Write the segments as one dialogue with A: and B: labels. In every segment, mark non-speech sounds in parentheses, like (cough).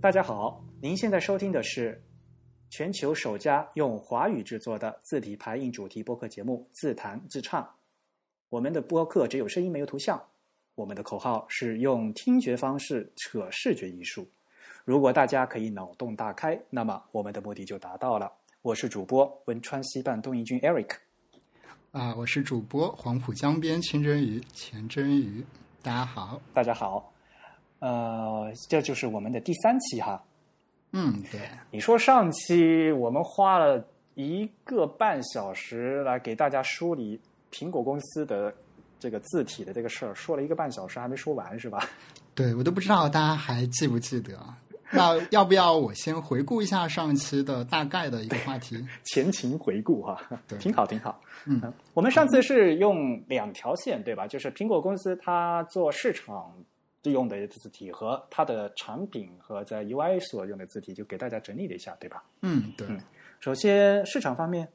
A: 大家好，您现在收听的是全球首家用华语制作的字体排印主题播客节目《自弹自唱》。我们的播客只有声音没有图像，我们的口号是用听觉方式扯视觉艺术。如果大家可以脑洞大开，那么我们的目的就达到了。我是主播汶川西半东营军 Eric。
B: 啊，我是主播黄浦江边清蒸鱼钱蒸鱼，大家好，
A: 大家好，呃，这就是我们的第三期哈。
B: 嗯，对，
A: 你说上期我们花了一个半小时来给大家梳理苹果公司的这个字体的这个事儿，说了一个半小时还没说完是吧？ (laughs)
B: 对我都不知道大家还记不记得。啊那要不要我先回顾一下上期的大概的一个话题？
A: 前情回顾哈、
B: 对
A: 挺好挺好。
B: 嗯，
A: 我们上次是用两条线对吧？就是苹果公司它做市场用的字体和它的产品和在 UI 所用的字体，就给大家整理了一下对吧？
B: 嗯，对
A: 嗯首先市场方面，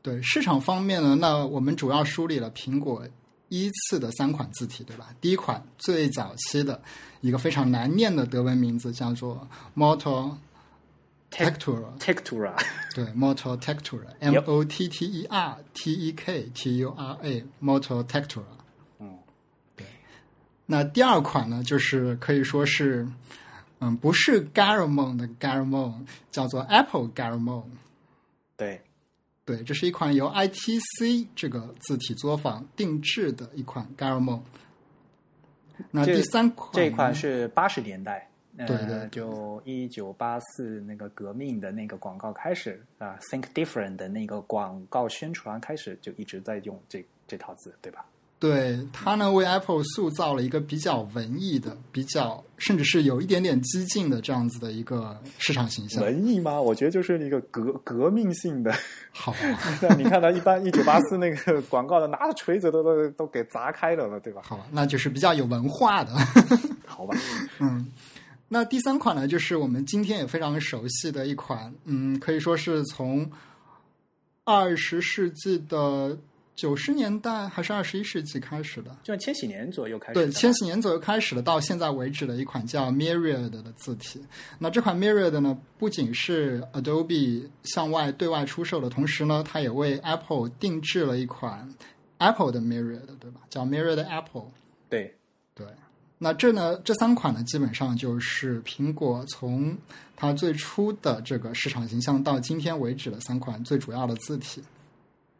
B: 对，市场方面呢，那我们主要梳理了苹果依次的三款字体，对吧？第一款最早期的一个非常难念的德文名字叫做 Motor Textura，
A: Textura
B: 对，Motor Textura，M
A: Yep
B: O T T E R T E K T U R A，Motor Textura。
A: 嗯，
B: 对。那第二款呢，就是可以说是，嗯，不是 Garamond 的 Garamond，叫做 Apple Garamond。
A: 对，
B: 对，这是一款由 ITC 这个字体作坊定制的一款 Garamond。那
A: 这
B: 第三款
A: 这一款
B: 呢
A: 是八十年代，呃、
B: 对对对
A: 就一九八四那个革命的那个广告开始啊，Think Different 的那个广告宣传开始就一直在用这这套字，对吧？
B: 对他呢，为 Apple 塑造了一个比较文艺的、比较甚至是有一点点激进的这样子的一个市场形象。
A: 文艺吗？我觉得就是一个革革命性的。 (laughs)
B: 好吧，
A: 那你看到一般一九八四那个广告的，拿着锤子都都都给砸开了嘛，对吧？
B: 好吧，那就是比较有文化的。 (laughs)
A: 好吧，
B: 嗯，那第三款呢，就是我们今天也非常熟悉的一款，嗯，可以说是从二十世纪的九十年代还是二十一世纪开始的，
A: 就千禧年左右开始的
B: 对，千禧年左右开始的，到现在为止的一款叫 Myriad 的字体。那这款 Myriad 呢，不仅是 Adobe 向外对外出售的同时呢，它也为 Apple 定制了一款 Apple 的 Myriad，对吧？叫 Myriad Apple。
A: 对
B: 对，那这呢，这三款呢，基本上就是苹果从它最初的这个市场形象到今天为止的三款最主要的字体。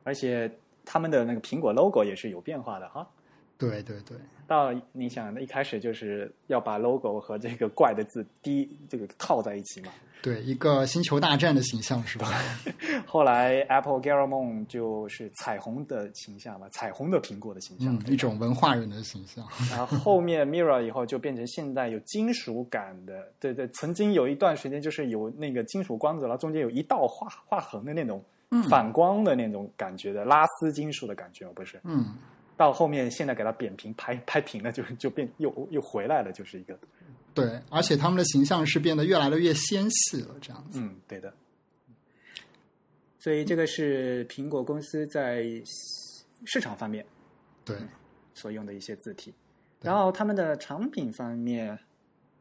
A: 而且他们的那个苹果 logo 也是有变化的哈。
B: 对对对，
A: 到你想一开始就是要把 logo 和这个怪的字滴这个套在一起嘛。
B: 对，一个星球大战的形象是吧？
A: 后来 Apple Garamond 就是彩虹的形象嘛，彩虹的苹果的形象。
B: 嗯，一种文化人的形象。
A: 然后后面 Mirror 以后就变成现在有金属感的，对对，曾经有一段时间就是有那个金属光泽，然后中间有一道画画痕的那种
B: 嗯
A: 反光的那种感觉的、拉丝金属的感觉，不是？
B: 嗯，
A: 到后面现在给它扁平拍拍平了，就是就变又又回来了，就是一个
B: 对，而且他们的形象是变得越来的越纤细了，这样子。
A: 嗯，对的。所以这个是苹果公司在市场方面
B: 对，
A: 所用的一些字体，
B: 对
A: 然后他们的产品方面，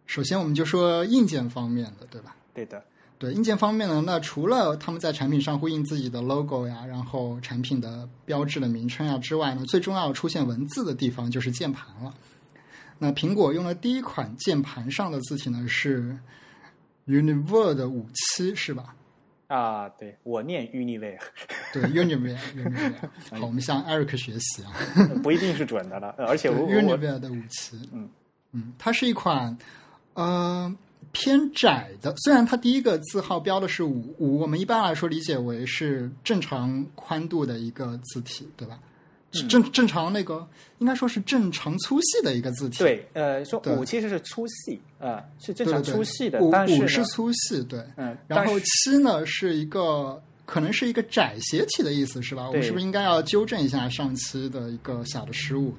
B: 首先我们就说硬件方面的，对吧？
A: 对的，
B: 对硬件方面呢，那除了他们在产品上呼应自己的 logo 呀，然后产品的标志的名称呀之外呢，最重要出现文字的地方就是键盘了。那苹果用的第一款键盘上的字体呢是 Univer 的五七是吧？
A: 啊，对我念
B: (laughs)
A: Univer，
B: 对 Univer Univer。好，我们向 Eric 学习啊。
A: 不一定是准的了，呃而且我我
B: Univer 的武器，
A: 嗯
B: 嗯，它是一款呃偏窄的，虽然它第一个字号标的是五五，我们一般来说理解为是正常宽度的一个字体，对吧？
A: 嗯
B: 是正正常那个应该说是正常粗细的一个字体，
A: 对呃说
B: 对
A: 五其实是粗细，呃是
B: 对
A: 正
B: 对
A: 常
B: 对，
A: 粗细的，
B: 五
A: 但是
B: 五
A: 呢
B: 是粗细，对，
A: 嗯，
B: 然
A: 但
B: 后
A: 是
B: 七呢是一个。可能是一个窄斜体的意思是吧？我
A: 对
B: 们是不是应该要纠正一下上期的一个小的失误？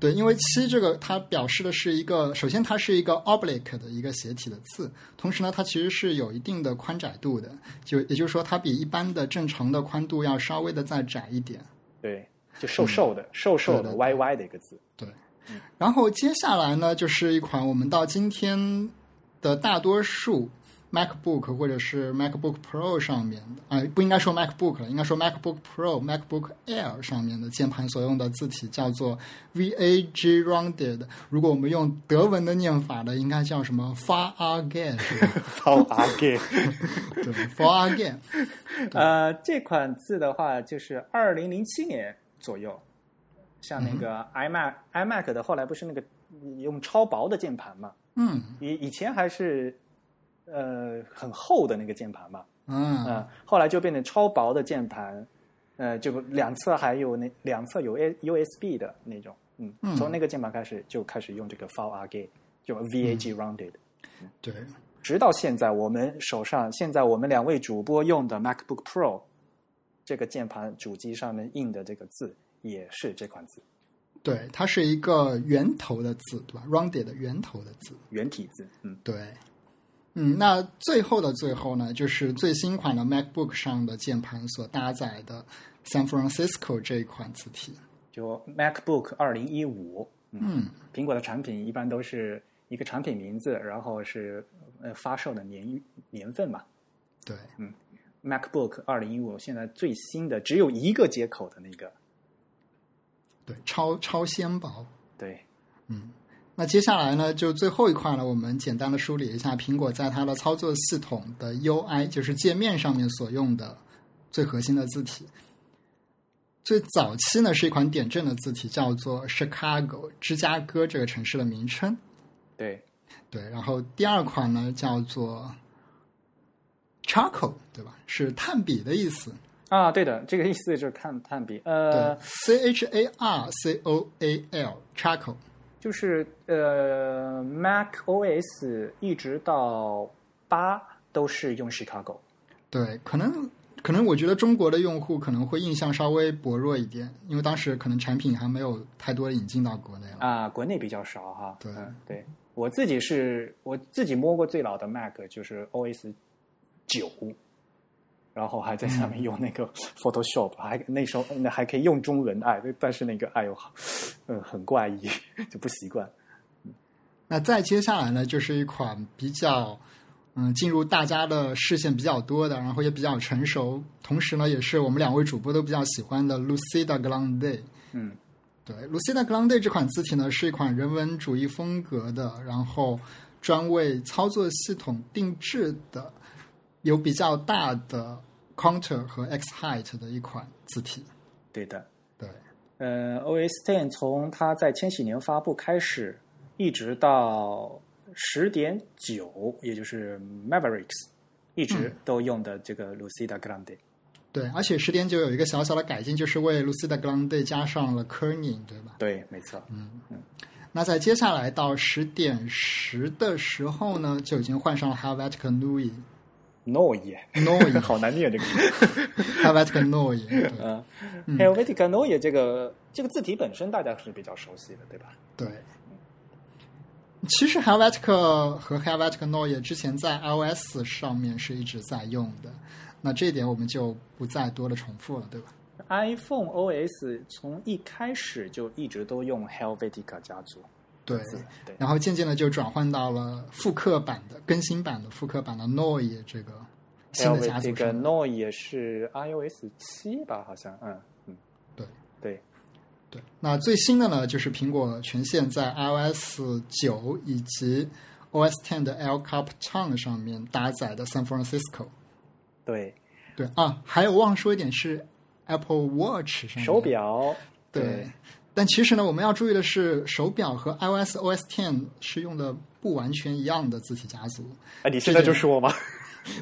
B: 对，因为七这个它表示的是一个，首先它是一个 oblique 的一个斜体的字，同时呢，它其实是有一定的宽窄度的，就也就是说，它比一般的正常的宽度要稍微的再窄一点。
A: 对就瘦瘦的、瘦瘦
B: 嗯对
A: 的
B: 对
A: 歪歪的一个字， (laughs)
B: 然后接下来呢，就是一款我们到今天的大多数 MacBook 或者是 MacBook Pro 上面啊、不应该说 MacBook 了，应该说 MacBook Pro、MacBook Air 上面的键盘所用的字体叫做 VAG rounded。如果我们用德文的念法呢，应该叫什么 Far again？
A: 好 a g
B: (laughs) 对，Far again。
A: 呃，这款字的话，就是二零零七年左右，像那个 iMac、iMac 的后来不是那个用超薄的键盘嘛？
B: 嗯
A: 以以前还是呃很厚的那个键盘嘛，嗯、
B: 嗯
A: 后来就变成超薄的键盘，呃，就两侧还有那两侧有 A USB 的那种，嗯，
B: 嗯
A: 从那个键盘开始就开始用这个 Full R G，就 VAG rounded，、
B: 对，
A: 直到现在我们手上现在我们两位主播用的 MacBook Pro 这个键盘主机上面印的这个字也是这款字，
B: 对，它是一个圆头的字，对吧？rounded 的圆头的字。
A: 圆体字，嗯，
B: 对，嗯，那最后的最后呢，就是最新款的 MacBook 上的键盘所搭载的 San Francisco 这一款字体。
A: 就 MacBook 二零一五，
B: 嗯，
A: 苹果的产品一般都是一个产品名字，然后是呃发售的年年份嘛。
B: 对，
A: MacBook 二零一五现在最新的只有一个接口的那个，
B: 对，超超纤薄。嗯
A: 对，
B: 那接下来呢，就最后一块呢，我们简单的梳理一下苹果在它的操作系统的 UI，就是界面上面所用的最核心的字体。最早期呢是一款点阵的字体，叫做 Chicago 芝加哥这个城市的名称。
A: 对，
B: 对，然后第二款呢叫做 charcoal，对吧？是炭笔的意思。
A: 啊，对的，这个意思就是看炭笔，
B: 对、
A: 呃，
B: c H A R C O A L charcoal。
A: 就是呃，Mac OS 一直到八都是用 Chicago，
B: 对，可能可能我觉得中国的用户可能会印象稍微薄弱一点，因为当时可能产品还没有太多的引进到国内了。
A: 啊，国内比较少哈。
B: 对
A: 嗯、对我自己是我自己摸过最老的 Mac 就是 OS 九，然后还在上面用那个 Photoshop，、还那时候那还可以用中文哎，但是那个哎呦，嗯，很怪异， (laughs) 就不习惯。
B: 那再接下来呢，就是一款比较嗯进入大家的视线比较多的，然后也比较成熟，同时呢也是我们两位主播都比较喜欢的 Lucida Grande。
A: 嗯，
B: 对，Lucida Grande 这款字体呢，是一款人文主义风格的，然后专为操作系统定制的，有比较大的 counter 和 x height 的一款字体。
A: 对的。
B: 对，
A: 呃，OS Ten 从它在千禧年发布开始，一直到十点九，也就是 Mavericks，一直
B: 嗯
A: 都用的这个 Lucida Grande。
B: 对，而且十点九有一个小小的改进，就是为 Lucida Grande 加上了 kerning，对吧？
A: 对，没错。
B: 嗯那在接下来到十点十的时候呢，就已经换上了 Helvetica Nui
A: No
B: (laughs)
A: 也，
B: Noi
A: (laughs) 好难念这个。
B: Helvetica Noi，对
A: 嗯 (laughs) h e l v e t i c a Noe 这个这个字体本身大家是比较熟悉的，对吧？
B: 对，其实 Helvetica 和 Helvetica Noi 之前在 iOS 上面是一直在用的，那这一点我们就不再多的重复了，对吧？
A: iPhone OS 从一开始就一直都用 Helvetica 家族
B: 对。
A: 字，对
B: 然后渐渐的就转换到了复刻版的、更新版的、复刻版的 Noi 这个新的家族
A: ，Helvetica
B: 上。
A: Noe 也是 iOS 七吧，好像，嗯嗯，
B: 对
A: 对，
B: 对，那最新的呢，就是苹果全线在 iOS 九以及 OS Ten 的 L Capitan 上面搭载的 San Francisco。
A: 对，
B: 对啊，还有忘说一点是 Apple Watch 上面
A: 手表，
B: 对。但其实呢，我们要注意的是，手表和 iOS OS Ten 是用的不完全一样的字体家族。
A: 啊，你现在就说吧。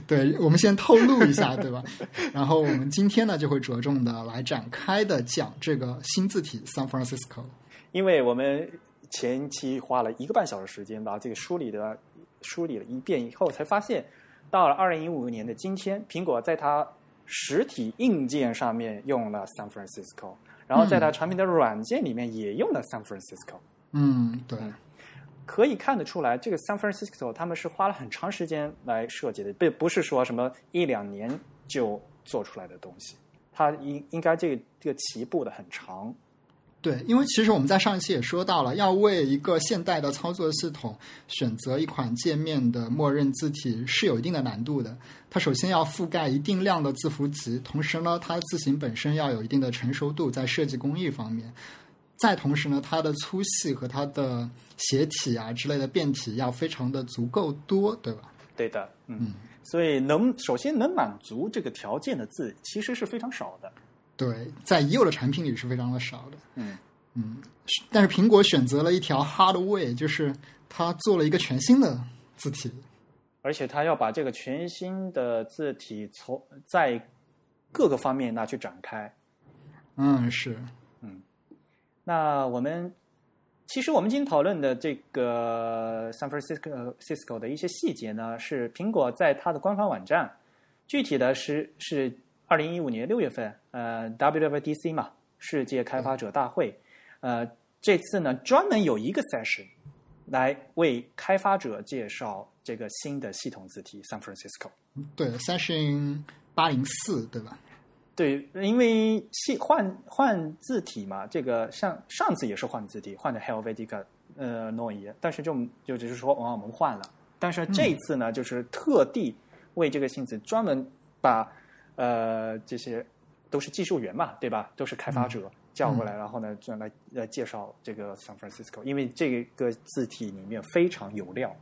B: 对，我们先透露一下，对吧？然后我们今天呢，就会着重的来展开的讲这个新字体 San Francisco。
A: (laughs) 因为我们前期花了一个半小时时间把这个梳理的梳理了一遍以后，才发现到了二零一五年的今天，苹果在它实体硬件上面用了 San Francisco，然后在它嗯产品的软件里面也用了 San Francisco。
B: 嗯，对，
A: 可以看得出来，这个 San Francisco 他们是花了很长时间来设计的，并不是说什么一两年就做出来的东西。它应应该这个这个起步的很长，
B: 对，因为其实我们在上一期也说到了，要为一个现代的操作系统选择一款界面的默认字体是有一定的难度的。它首先要覆盖一定量的字符集，同时呢，它字形本身要有一定的成熟度，在设计工艺方面。再同时呢，它的粗细和它的斜体啊之类的变体要非常的足够多，对吧？
A: 对的，嗯，所以能首先能满足这个条件的字其实是非常少的，
B: 对，在已有的产品里是非常的少的。
A: 嗯
B: 嗯，是但是苹果选择了一条 hard way，就是它做了一个全新的字体。
A: 而且它要把这个全新的字体从在各个方面那去展开。
B: 嗯，是，
A: 那我们其实我们今天讨论的这个 San Francisco Cisco 的一些细节呢，是苹果在它的官方网站，具体的是是二零一五年六月份，呃 WWDC 嘛，世界开发者大会，呃，这次呢专门有一个 session 来为开发者介绍这个新的系统字体 San Francisco。
B: 对，Session 八零四，对吧？
A: 对，因为系换换字体嘛，这个上上次也是换字体，换的 Helvetica 呃诺伊，但是就就只是说啊、我们换了，但是这一次呢，就是特地为这个性质专门把呃这些都是技术员嘛，对吧？都是开发者叫过来，然后呢，专来来介绍这个 San Francisco，因为这个字体里面非常有料。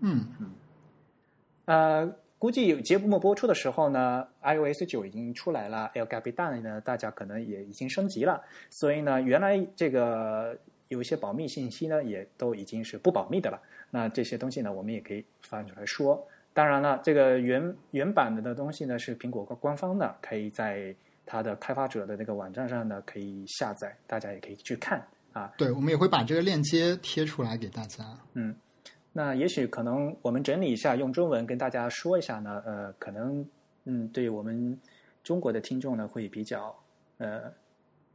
B: 嗯，
A: 呃，估计节目播出的时候呢，iOS 九已经出来了，El Capitan 呢，大家可能也已经升级了，所以呢，原来这个有一些保密信息呢，也都已经是不保密的了。那这些东西呢，我们也可以翻出来说。当然了，这个原原版的的东西呢，是苹果官官方的，可以在它的开发者的这个网站上呢，可以下载，大家也可以去看啊。
B: 对，我们也会把这个链接贴出来给大家。
A: 嗯，那也许可能我们整理一下，用中文跟大家说一下呢，呃，可能嗯，对我们中国的听众呢会比较呃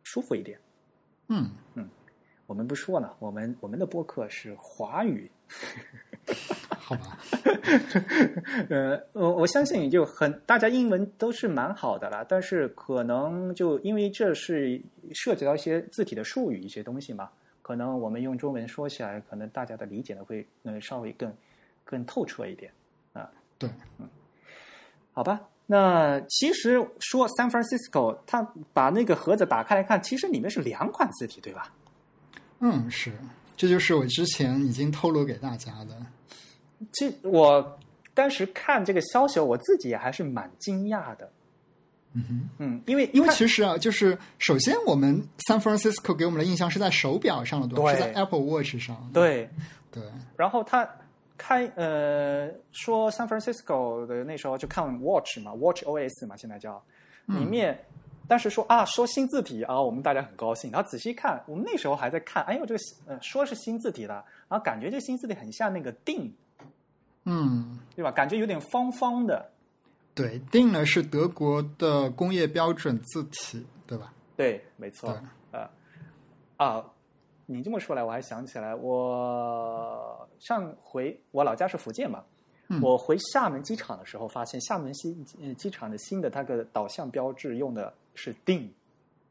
A: 舒服一点。
B: 嗯，
A: 我们不说了，我们我们的播客是华语，
B: 好吧，
A: 呃，我我相信就很大家英文都是蛮好的啦，但是可能就因为这是涉及到一些字体的术语一些东西嘛，可能我们用中文说起来，可能大家的理解呢会嗯稍微更更透彻一点。啊嗯
B: 对，
A: 好吧，那其实说 San Francisco，它把那个盒子打开来看，其实里面是两款字体，对吧？
B: 嗯，是，这就是我之前已经透露给大家的。
A: 这我当时看这个消息，我自己也还是蛮惊讶的。
B: 嗯哼。
A: 嗯，因为
B: 因为
A: 它
B: 其实啊，就是首先我们 San Francisco 给我们的印象是在手表上的，对吧？
A: 对
B: 是在 Apple Watch 上。
A: 对，
B: 对
A: 然后他开呃说 San Francisco 的那时候就看 Watch 嘛，Watch OS 嘛，现在叫里面。当时说啊，说新字体啊，我们大家很高兴。然后仔细看，我们那时候还在看，哎呦，这个呃，说是新字体的，然后感觉这新字体很像那个定，
B: 嗯，
A: 对吧？感觉有点方方的。
B: 对，定呢是德国的工业标准字体，对吧？
A: 对，没错
B: 对。
A: 呃，啊，你这么说来，我还想起来，我上回我老家是福建嘛，
B: 嗯
A: 我回厦门机场的时候，发现厦门新呃机场的新的它的导向标志用的是定。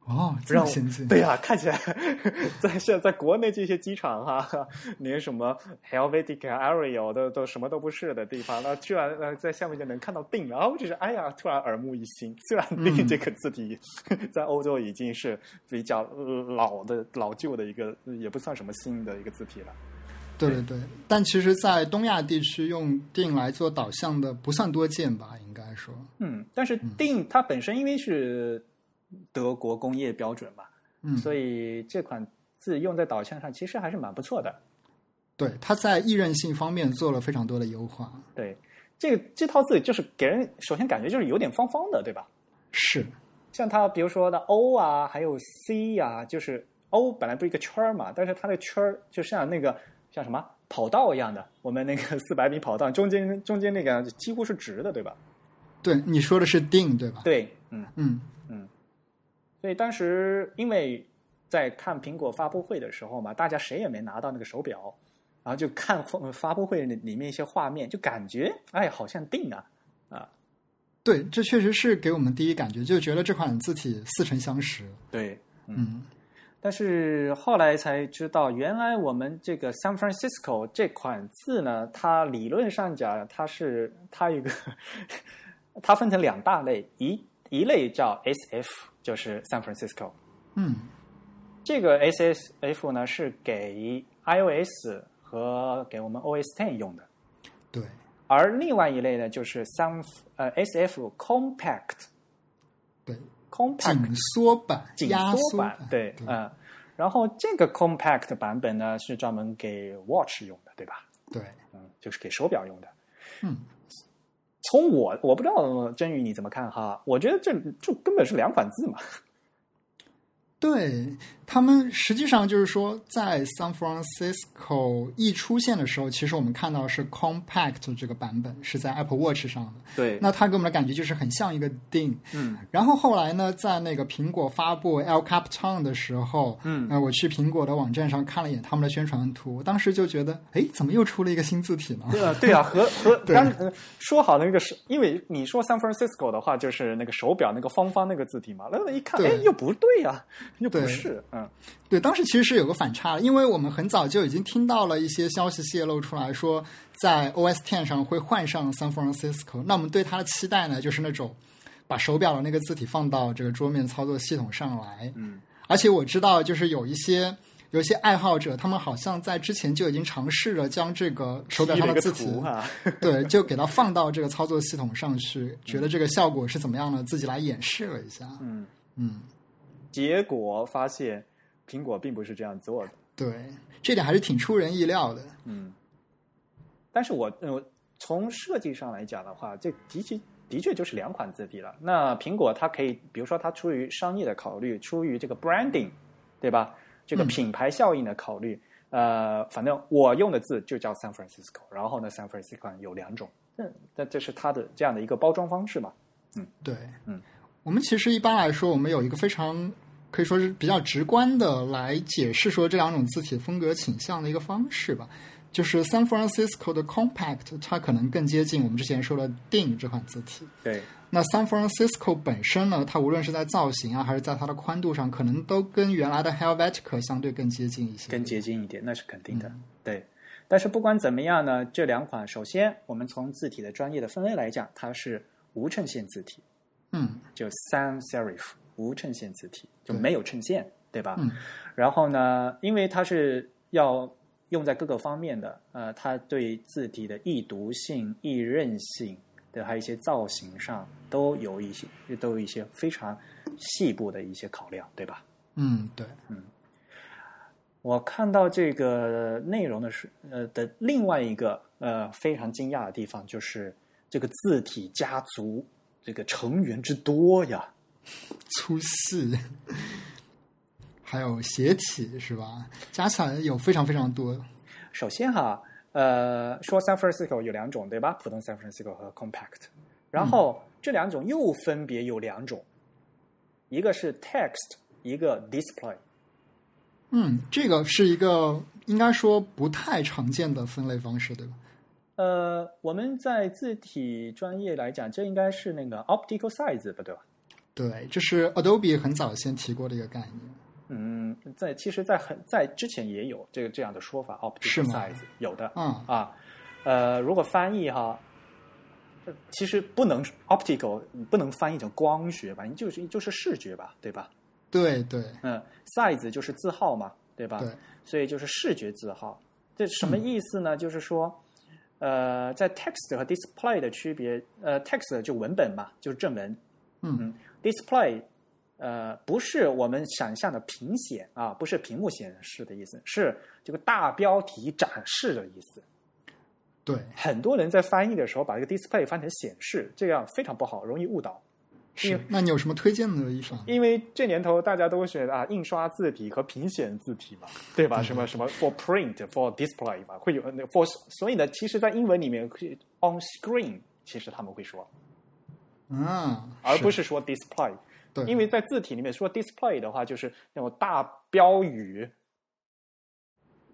B: 哦，这
A: 让
B: 么
A: 我
B: 先进。
A: 对呀、看起来在现在国内这些机场哈、连什么 Helvetica、Ariel 都都什么都不是的地方，那居然呃在下面就能看到定，然后就是哎呀，突然耳目一新。虽然
B: 嗯
A: 定这个字体在欧洲已经是比较呃老的老旧的一个，也不算什么新的一个字体了。
B: 对对对，但其实，在东亚地区用定来做导向的不算多见吧，应该说。
A: 嗯，但是定它本身因为是德国工业标准嘛，
B: 嗯，
A: 所以这款字用在导向上其实还是蛮不错的。
B: 对，它在易认性方面做了非常多的优化。
A: 对，这个这套字就是给人首先感觉就是有点方方的，对吧？
B: 是，
A: 像它比如说的 O 啊，还有 C 啊，就是 O 本来不是一个圈儿嘛，但是它的圈儿就像那个像什么跑道一样的，我们那个四百米跑道中间中间那个几乎是直的，对吧？
B: 对，你说的是定，对吧？
A: 对，嗯，
B: 嗯
A: 所以当时因为在看苹果发布会的时候嘛，大家谁也没拿到那个手表，然后就看发发布会里里面一些画面，就感觉哎，好像定啊，
B: 对，这确实是给我们第一感觉，就觉得这款字体似曾相识。
A: 对，嗯
B: 嗯，
A: 但是后来才知道，原来我们这个 San Francisco 这款字呢，它理论上讲，它是它有一个，它分成两大类，一一类叫 SF，就是 San Francisco。
B: 嗯，
A: 这个 SSF 呢是给 iOS 和给我们 OS Ten 用的，
B: 对，
A: 而另外一类呢就是 San 呃 SF Compact
B: 对，
A: Compact
B: 啊紧缩版、
A: 紧
B: 压
A: 缩
B: 版
A: 版，，对，嗯，然后这个 compact 版本呢是专门给 watch 用的，对吧？
B: 对，
A: 嗯，就是给手表用的。
B: 嗯，
A: 从我我不知道真宇你怎么看哈？我觉得这这根本是两款字嘛。
B: 对他们实际上就是说，在 San Francisco 一出现的时候，其实我们看到是 Compact 这个版本是在 Apple Watch 上的，
A: 对，
B: 那它给我们的感觉就是很像一个 Ding。
A: 嗯
B: 然后后来呢，在那个苹果发布 L Capitan 的时候，
A: 嗯
B: 呃，我去苹果的网站上看了一眼他们的宣传图，当时就觉得，哎，怎么又出了一个新字体呢？
A: 对啊，对啊，和和
B: (laughs) 对
A: 刚呃说好的那个是，因为你说 San Francisco 的话，就是那个手表那个方方那个字体嘛，然后一看，哎
B: 对，
A: 又不对呀、又不
B: 对
A: 是，嗯，
B: 对，当时其实是有个反差的，因为我们很早就已经听到了一些消息泄露出来说，在 OS Ten 上会换上 San Francisco。那我们对它的期待呢，就是那种把手表的那个字体放到这个桌面操作系统上来。
A: 嗯，
B: 而且我知道，就是有一些有一些爱好者，他们好像在之前就已经尝试着将这个手表
A: 踢
B: 上
A: 了个
B: 的字体
A: 图啊哈、
B: 对，就给它放到这个操作系统上去，觉得这个效果是怎么样呢？自己来演示了一下。
A: 嗯，
B: 嗯，
A: 结果发现苹果并不是这样做的。
B: 对，这点还是挺出人意料的。
A: 嗯，但是我呃，从设计上来讲的话，这的确的确就是两款字体了。那苹果它可以，比如说它出于商业的考虑，出于这个 branding，对吧？这个
B: 嗯
A: 品牌效应的考虑，呃，反正我用的字就叫 San Francisco，然后呢，San Francisco 有两种，嗯，那这是它的这样的一个包装方式嘛？
B: 对，
A: 嗯，
B: 我们其实一般来说，我们有一个非常可以说是比较直观的来解释说这两种字体风格倾向的一个方式吧。就是 San Francisco 的 Compact，它可能更接近我们之前说的 Ding 这款字体。
A: 对，
B: 那 San Francisco 本身呢，它无论是在造型啊，还是在它的宽度上，可能都跟原来的 Helvetica 相对更接近一些。
A: 更接近一点，那是肯定的。对，但是不管怎么样呢，这两款，首先我们从字体的专业的分类来讲，它是无衬线字体。
B: 嗯
A: 就 sans serif 无衬线字体，就
B: 对
A: 没有衬线，对吧？
B: 嗯
A: 然后呢，因为它是要用在各个方面的，呃，它对字体的易读性、易认性，对，还有一些造型上都有一些都有一些非常细部的一些考量，对吧？
B: 嗯，对，
A: 我看到这个内容的是呃的另外一个呃非常惊讶的地方，就是这个字体家族这个成员之多呀，
B: 粗细， (laughs) 还有斜体是吧？加起来有非常非常多。
A: 首先哈，呃，说 San Francisco 有两种对吧？普通 San Francisco 和 Compact，然后这两种又分别有两种，一个是 Text，一个 Display。
B: 嗯，这个是一个应该说不太常见的分类方式，对吧？
A: 呃，我们在字体专业来讲，这应该是那个 optical size 吧，对吧？
B: 对，这是 Adobe 很早先提过的一个概念。
A: 嗯，在其实在，很在之前也有这个这样的说法
B: 是
A: ，optical
B: 吗
A: size 有的
B: 嗯，
A: 啊。呃，如果翻译哈，呃其实不能 optical 不能翻译成光学吧，就是就是视觉吧，对吧？
B: 对对
A: 嗯，size 就是字号嘛，对吧？
B: 对，嗯
A: 所以就是视觉字号。这什么意思呢？就是说，呃，在 text 和 display 的区别，呃，text 就文本嘛，就是正文。
B: 嗯
A: ，display，呃，不是我们想象的屏显啊，不是屏幕显示的意思，是这个大标题展示的意思。
B: 对，
A: 很多人在翻译的时候把这个 display 翻成显示，这样非常不好，容易误导。
B: 是。那你有什么推荐的地方？
A: 因为这年头大家都选啊印刷字体和屏显字体嘛，对吧？什么什么 for print for display 嘛，会有那 for，所以呢，其实，在英文里面会 on screen，其实他们会说，
B: 啊，
A: 而不是说 display，
B: 对，
A: 因为在字体里面说 display 的话，就是那种大标语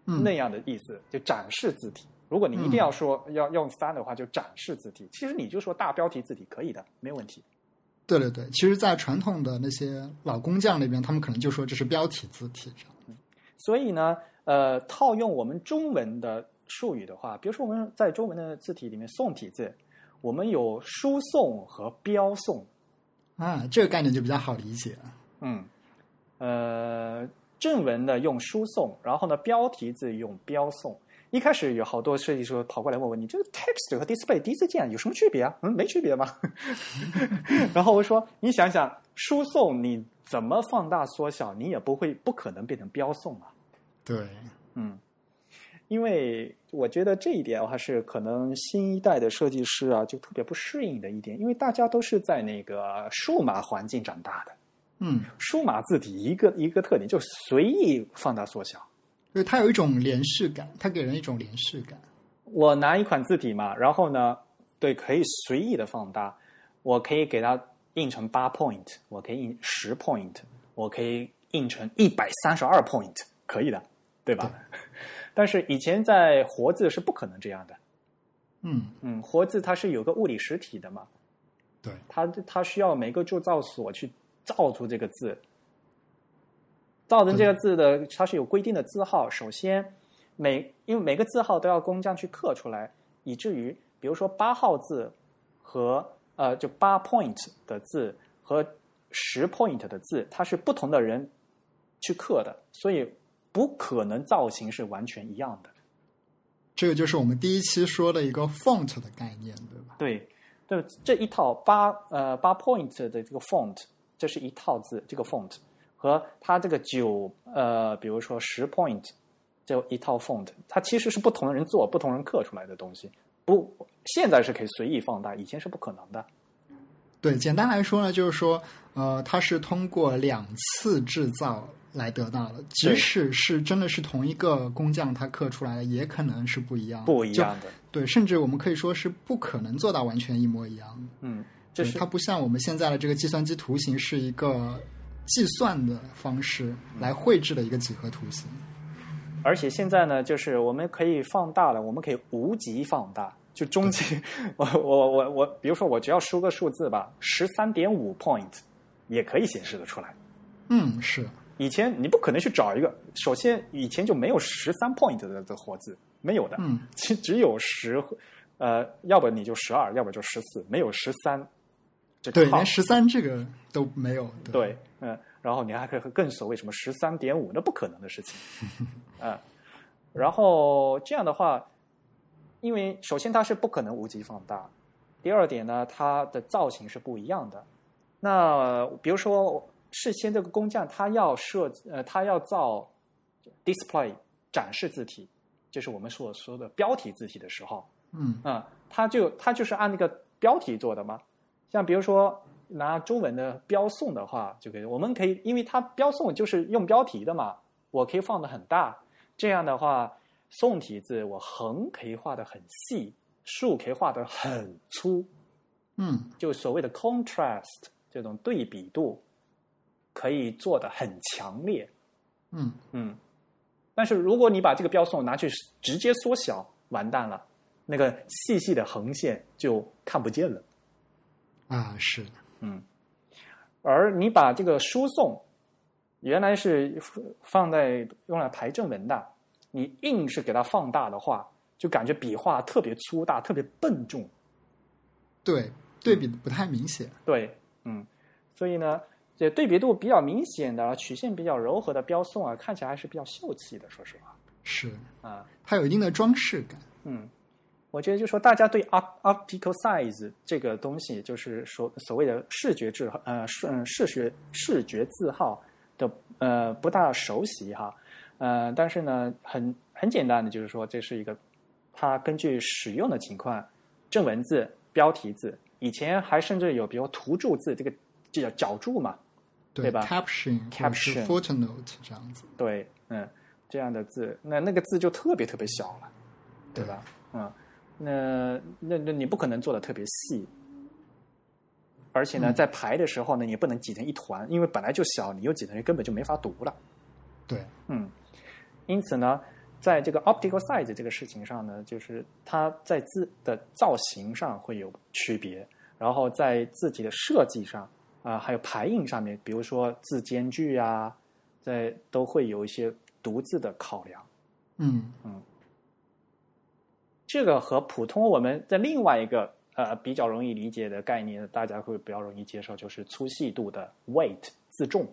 B: 嗯
A: 那样的意思，就展示字体。如果你一定要说、要要用翻的话，就展示字体。其实你就说大标题字体可以的，没有问题。
B: 对对对，其实，在传统的那些老工匠那边，他们可能就说这是标体字体这样。
A: 所以呢，呃，套用我们中文的术语的话，比如说我们在中文的字体里面，宋体字，我们有书宋和标宋。
B: 啊，这个概念就比较好理解。
A: 嗯，呃，正文呢用书宋，然后呢标题字用标宋。一开始有好多设计师跑过来问我，你这个 text 和 display 第一次见有什么区别啊？嗯，没区别吗？ (laughs) 然后我说，你想想，输送你怎么放大缩小，你也不会不可能变成标送啊。
B: 对，
A: 嗯，因为我觉得这一点的话是可能新一代的设计师啊就特别不适应的一点，因为大家都是在那个数码环境长大的，
B: 嗯，
A: 数码字体一个一个特点就是随意放大缩小。
B: 对，它有一种连续感，它给人一种连续感。
A: 我拿一款字体嘛，然后呢，对，可以随意的放大，我可以给它印成八 point，我可以印十 point，我可以印成一百三十二 point，可以的，对吧？ (laughs) 但是以前在活字是不可能这样的，
B: 嗯，
A: 嗯，活字它是有个物理实体的嘛，
B: 对，
A: 它它需要每个铸造所去造出这个字，造成这个字的它是有规定的字号，首先。每因为每个字号都要工匠去刻出来，以至于比如说八号字和呃就八 point 的字和十 point 的字，它是不同的人去刻的，所以不可能造型是完全一样的。
B: 这个就是我们第一期说的一个 font 的概念，对吧？
A: 对，对，这一套八呃八 point 的这个 font，这是一套字，这个 font 和它这个九呃比如说十 point。就一套 font，它其实是不同的人做、不同人刻出来的东西，不，现在是可以随意放大，以前是不可能的。
B: 对，简单来说呢，就是说，呃，它是通过两次制造来得到的，即使是真的是同一个工匠他刻出来的，也可能是不一样的，
A: 不一样的。
B: 对，甚至我们可以说是不可能做到完全一模一样的。
A: 嗯，这是
B: 它不像我们现在的这个计算机图形是一个计算的方式
A: 嗯
B: 来绘制的一个几何图形。
A: 而且现在呢，就是我们可以放大了，我们可以无极放大。就中级， (laughs) 我我我我，比如说我只要输个数字吧，十三点五 point 也可以显示得出来。
B: 嗯，是。
A: 以前你不可能去找一个，首先以前就没有十三 point 的的活字，没有的。
B: 嗯，
A: 其只有十，呃，要不你就十二，要不就十四，没有十三。
B: 对，连十三这个都没有。对，
A: 对嗯。然后你还可以更所谓什么十三点五，那不可能的事情，啊、嗯，然后这样的话，因为首先它是不可能无极放大，第二点呢，它的造型是不一样的。那比如说，事先这个工匠他要设呃，他要造 display 展示字体，就是我们所说的标题字体的时候，
B: 嗯
A: 啊、嗯，他就他就是按那个标题做的嘛，像比如说。拿中文的标送的话，就可以。我们可以，因为它标送就是用标题的嘛，我可以放的很大。这样的话，宋体字我横可以画的很细，竖可以画的很粗。
B: 嗯，
A: 就所谓的 contrast 这种对比度，可以做的很强烈。
B: 嗯
A: 嗯，但是如果你把这个标送拿去直接缩小，完蛋了，那个细细的横线就看不见了。
B: 啊，是。
A: 嗯，而你把这个输送原来是放在用来排正文的，你硬是给它放大的话，就感觉笔画特别粗大，特别笨重。
B: 对，对比不太明显。
A: 对，嗯，所以呢，这对比度比较明显的、曲线比较柔和的标送啊，看起来还是比较秀气的。说实话，
B: 是
A: 啊，
B: 它有一定的装饰感。
A: 嗯。我觉得就说大家对 optical size 这个东西，就是说所谓的视觉字呃视视觉视觉字号的呃不大熟悉哈，呃，但是呢，很很简单的就是说这是一个，它根据使用的情况，正文字、标题字，以前还甚至有比如图注字这个这叫脚注嘛，
B: 对
A: 吧
B: ？caption、
A: caption、
B: footnote 这样子。
A: 对，嗯，这样的字，那那个字就特别特别小了，
B: 对
A: 吧？嗯。那那那你不可能做的特别细，而且呢，在排的时候呢，你不能挤成一团，因为本来就小，你又挤成根本就没法读了。
B: 对，
A: 嗯，因此呢，在这个 optical size 这个事情上呢，就是它在字的造型上会有区别，然然后在自己的设计上啊、还有排印上面，比如说字间距啊，在都会有一些独自的考量。
B: 嗯
A: 这个和普通我们在另外一个呃比较容易理解的概念，大家会比较容易接受，就是粗细度的 weight 自重。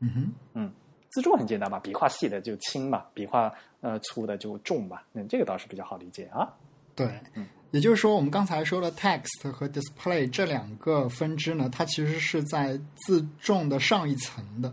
B: 嗯哼，
A: 自重很简单嘛，笔画细的就轻嘛，笔画呃粗的就重嘛，那这个倒是比较好理解啊。
B: 对
A: 嗯，
B: 也就是说，我们刚才说的 text 和 display 这两个分支呢，它其实是在自重的上一层的。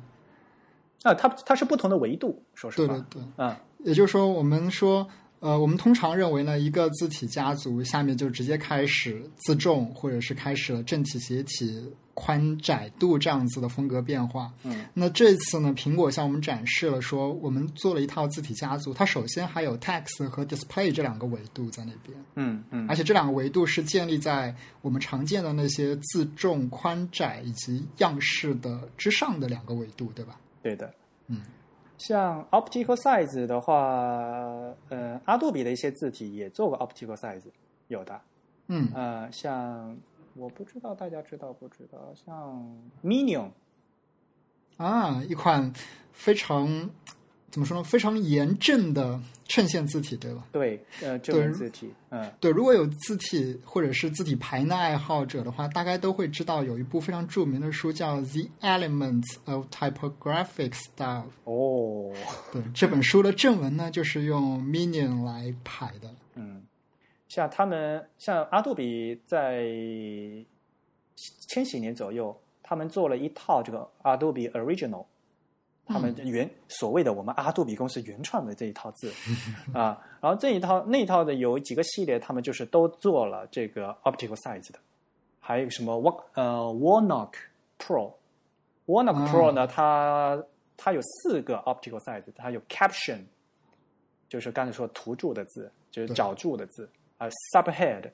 A: 那、啊它它是不同的维度，说实
B: 对
A: 话，
B: 对对，
A: 嗯，
B: 也就是说，我们说，呃，我们通常认为呢，一个字体家族下面就直接开始自重，或者是开始了正体、斜体、宽窄度这样子的风格变化。
A: 嗯，
B: 那这次呢，苹果向我们展示了说，我们做了一套字体家族，它首先还有 text 和 display 这两个维度在那边，
A: 嗯嗯
B: 而且这两个维度是建立在我们常见的那些自重、宽窄以及样式的之上的两个维度，对吧？
A: 对的，
B: 嗯，
A: 像 optical size 的话，呃，阿杜比的一些字体也做过 optical size，有的，
B: 嗯
A: 呃，像我不知道大家知道不知道，像 Minion，
B: 啊，一款非常怎么说呢，非常严正的衬线字体，对吧？
A: 对，呃，这
B: 对
A: 文字体，嗯，
B: 对，如果有字体或者是字体排难爱好者的话，大概都会知道有一部非常著名的书叫《The Elements of Typographic Style》。
A: 哦，
B: 对，这本书的正文呢，就是用 Minion 来排的。
A: 嗯，像他们，像阿杜比在千禧年左右，他们做了一套这个阿杜比 Original，他们
B: 嗯
A: 原、所谓的我们阿杜比公司原创的这一套字啊，然后这一套那一套的有几个系列，他们就是都做了这个 Optical Size 的，还有什么 Wa 呃 Warnock Pro。Warnock
B: 啊
A: Pro 呢，它它有四个 Optical Size，它有 Caption，就是刚才说图注的字，就是
B: 对
A: 找注的字啊，subhead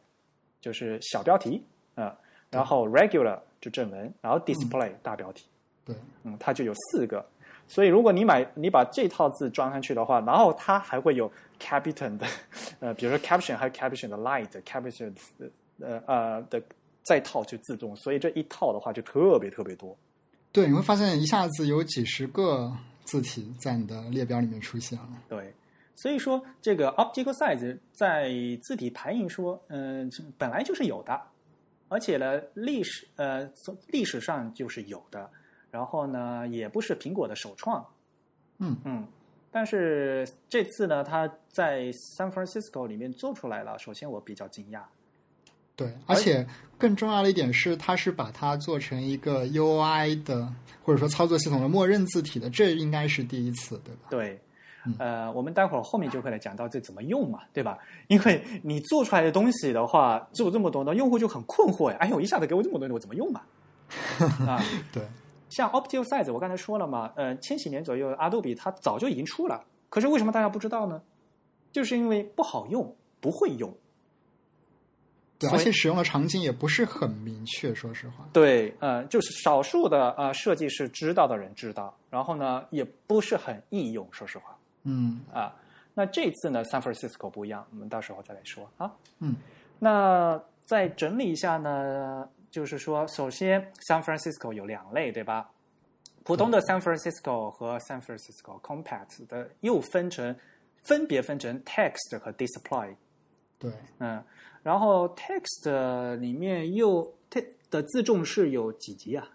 A: 就是小标题啊、呃然后 regular 就正文，然后 display 大标题，
B: 嗯对，
A: 嗯，它就有四个。所以如果你买你把这套字装上去的话，然后它还会有 caption 的， (laughs) 呃，比如说 caption 还有 caption 的 light caption 的呃呃的再套就自动，所以这一套的话就特别特别多。
B: 对，你会发现一下子有几十个字体在你的列表里面出现了。
A: 对，所以说这个 optical size 在字体排印说，嗯、这本来就是有的，而且呢，历史呃从历史上就是有的，然后呢，也不是苹果的首创，
B: 嗯
A: 嗯，但是这次呢，它在 San Francisco 里面做出来了，首先我比较惊讶，
B: 对，而且更重要的一点是，它是把它做成一个 UI 的，或者说操作系统的默认字体的，这应该是第一次，对吧？
A: 对
B: 嗯，
A: 呃，我们待会儿后面就会来讲到这怎么用嘛，对吧？因为你做出来的东西的话，做这么多呢，用户就很困惑呀，哎呦，一下子给我这么多东西，我怎么用嘛？啊，
B: 对，
A: 像 Optical Size，我刚才说了嘛，呃，千禧年左右，阿杜比它早就已经出了，可是为什么大家不知道呢？就是因为不好用，不会用。
B: 对，
A: 所
B: 而
A: 以
B: 且使用的场景也不是很明确，说实话。
A: 对，呃，就是少数的呃设计师知道的人知道，然后呢也不是很易用，说实话。
B: 嗯
A: 啊。那这次呢，San Francisco 不一样，我们到时候再来说啊。
B: 嗯，
A: 那再整理一下呢，就是说，首先 San Francisco 有两类，对吧？普通的 San Francisco 和 San Francisco Compact 的又分成，分别分成 text 和 display。
B: 对，
A: 嗯，然后 text 里面又 te 的自重是有几级啊？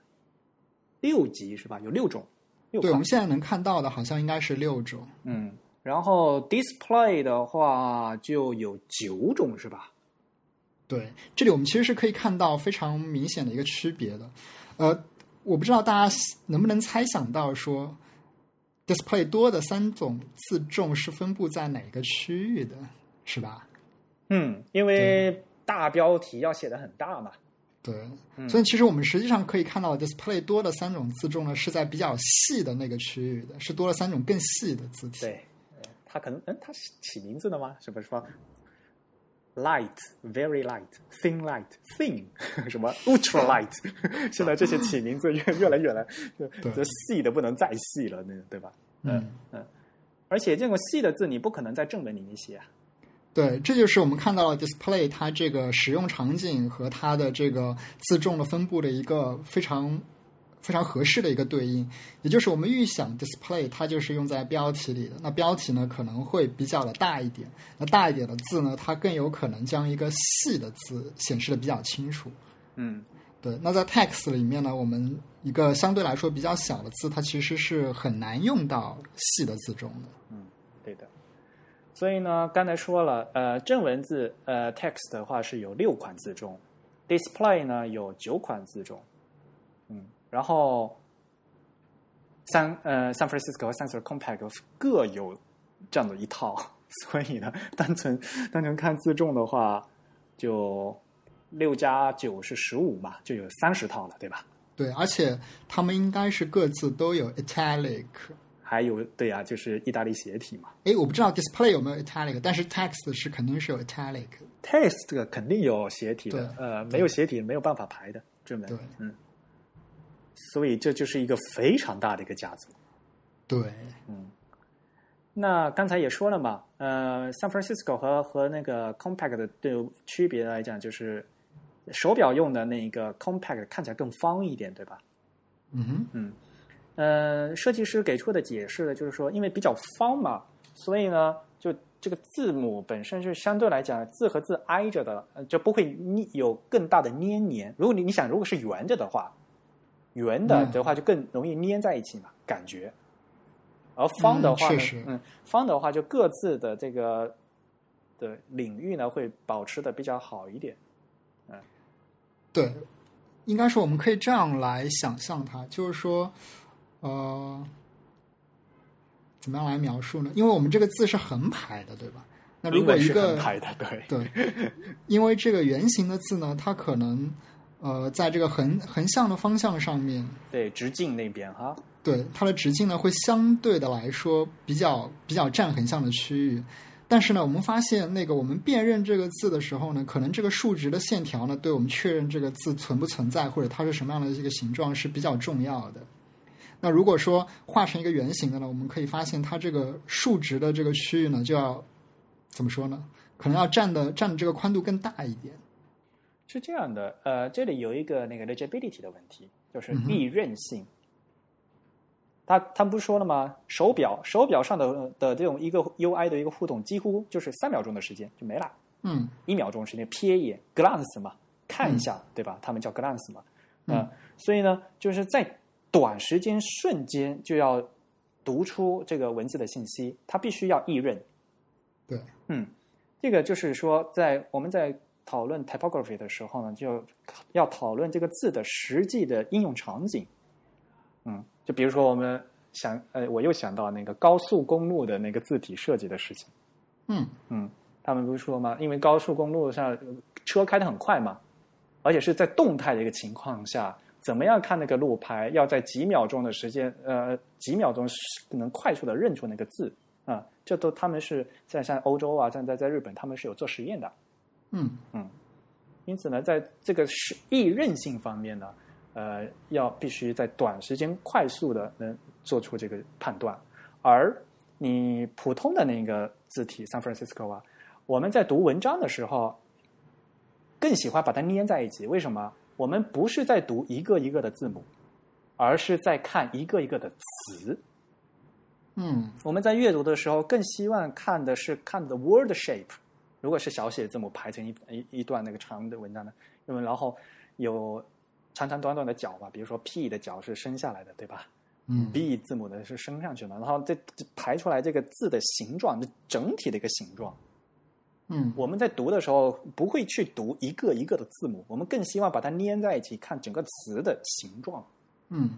A: 六级是吧？有六种，六款
B: 对，我们现在能看到的好像应该是六种。
A: 嗯，然后 display 的话就有九种是吧？
B: 对，这里我们其实是可以看到非常明显的一个区别的。呃，我不知道大家能不能猜想到说，display 多的三种自重是分布在哪个区域的，是吧？
A: 嗯，因为大标题要写的很大嘛。
B: 对，
A: 嗯
B: 所以其实我们实际上可以看到，display 多的三种字重呢是在比较细的那个区域的，是多了三种更细的字体。
A: 对，呃它可能嗯，它是起名字的吗？什么什么？light、very light、thin light、thin (laughs) 什么 ultra light，现 (laughs) 在这些起名字越越来越来，就
B: 对
A: 就细的不能再细了，那对吧？
B: 嗯，
A: 而且这种细的字你不可能在正文里面写啊。
B: 对，这就是我们看到了 display 它这个使用场景和它的这个自重的分布的一个非常非常合适的一个对应，也就是我们预想 display 它就是用在标题里的，那标题呢可能会比较的大一点，那大一点的字呢，它更有可能将一个细的字显示的比较清楚。
A: 嗯，
B: 对，那在 text 里面呢，我们一个相对来说比较小的字，它其实是很难用到细的字中的。
A: 对的。所以呢，刚才说了，呃，正文字呃 text 的话是有六款字重，display 呢有九款字重，嗯，然后三呃 San Francisco 和 Sensor Compact 各有这样的一套， (laughs) 所以呢，单纯单纯看字重的话，就六加九是十五嘛，就有三十套了，对吧？
B: 对，而且他们应该是各自都有 italic。
A: 还有对呀、就是意大利斜体嘛。
B: 哎，我不知道 display 有没有 italic，但是 text 是肯定是有 italic 的。
A: test 这个肯定有斜体的，呃，没有斜体没有办法排的正文
B: 对，
A: 嗯，所以这就是一个非常大的一个家族。嗯
B: 对，
A: 那刚才也说了嘛，呃，San Francisco 和和那个 Compact 的对区别来讲，就是手表用的那个 Compact 看起来更方一点，对吧？
B: 嗯哼，
A: 呃，设计师给出的解释呢，就是说，因为比较方嘛，所以呢，就这个字母本身是相对来讲字和字挨着的，呃就不会腻有更大的粘连。如果你你想，如果是圆着的话，圆的
B: 嗯
A: 的话就更容易粘在一起嘛，感觉。而方的话
B: 嗯确
A: 呢，
B: 实
A: 嗯，方的话就各自的这个的领域呢会保持的比较好一点。
B: 对，应该是我们可以这样来想象它，就是说，呃，怎么样来描述呢？因为我们这个字是横排的，对吧？那如
A: 英
B: 果
A: 文
B: 一
A: 是
B: 个
A: 很排的，对，
B: 对，因为这个圆形的字呢，它可能呃，在这个横横向的方向上面，
A: 对，直径那边哈，
B: 对它的直径呢，会相对的来说比较比较占横向的区域。但是呢，我们发现那个我们辨认这个字的时候呢，可能这个数值的线条呢，对我们确认这个字存不存在或者它是什么样的一个形状是比较重要的。那如果说画成一个圆形的呢，我们可以发现它这个数值的这个区域呢，就要怎么说呢？可能要占的占的这个宽度更大一点。
A: 是这样的，呃，这里有一个那个 legibility 的问题，就是利润性。他他们不是说了吗？手表手表上的呃的这种一个 UI 的一个互动，几乎就是三秒钟的时间就没了，
B: 嗯，
A: 一秒钟时间瞥一眼 glance 嘛，看一下、对吧？他们叫 glance 嘛，呃
B: 嗯
A: 所以呢，就是在短时间瞬间就要读出这个文字的信息，它必须要易认，
B: 对，
A: 嗯，这个就是说，在我们在讨论 typography 的时候呢，就要讨论这个字的实际的应用场景。嗯，就比如说我们想，呃，我又想到那个高速公路的那个字体设计的事情。
B: 嗯，
A: 嗯，他们不是说吗？因为高速公路上呃车开得很快嘛，而且是在动态的一个情况下，怎么样看那个路牌，要在几秒钟的时间，呃，几秒钟是能快速的认出那个字啊、这都他们是在像欧洲啊，像在在日本，他们是有做实验的。
B: 嗯，
A: 因此呢，在这个是易韧性方面呢，呃，要必须在短时间快速的能做出这个判断。而你普通的那个字体 San Francisco 啊，我们在读文章的时候，更喜欢把它粘在一起。为什么？我们不是在读一个一个的字母，而是在看一个一个的词。
B: 嗯，
A: 我们在阅读的时候更希望看的是看的 word shape，如果是小写字母排成一一一段那个长的文章呢，因为然后有长长短短的角嘛，比如说 p 的角是伸下来的，对吧？
B: 嗯
A: b 字母的是升上去嘛，然后这这排出来这个字的形状，这整体的一个形状。
B: 嗯，
A: 我们在读的时候不会去读一个一个的字母，我们更希望把它粘在一起，看整个词的形状。
B: 嗯，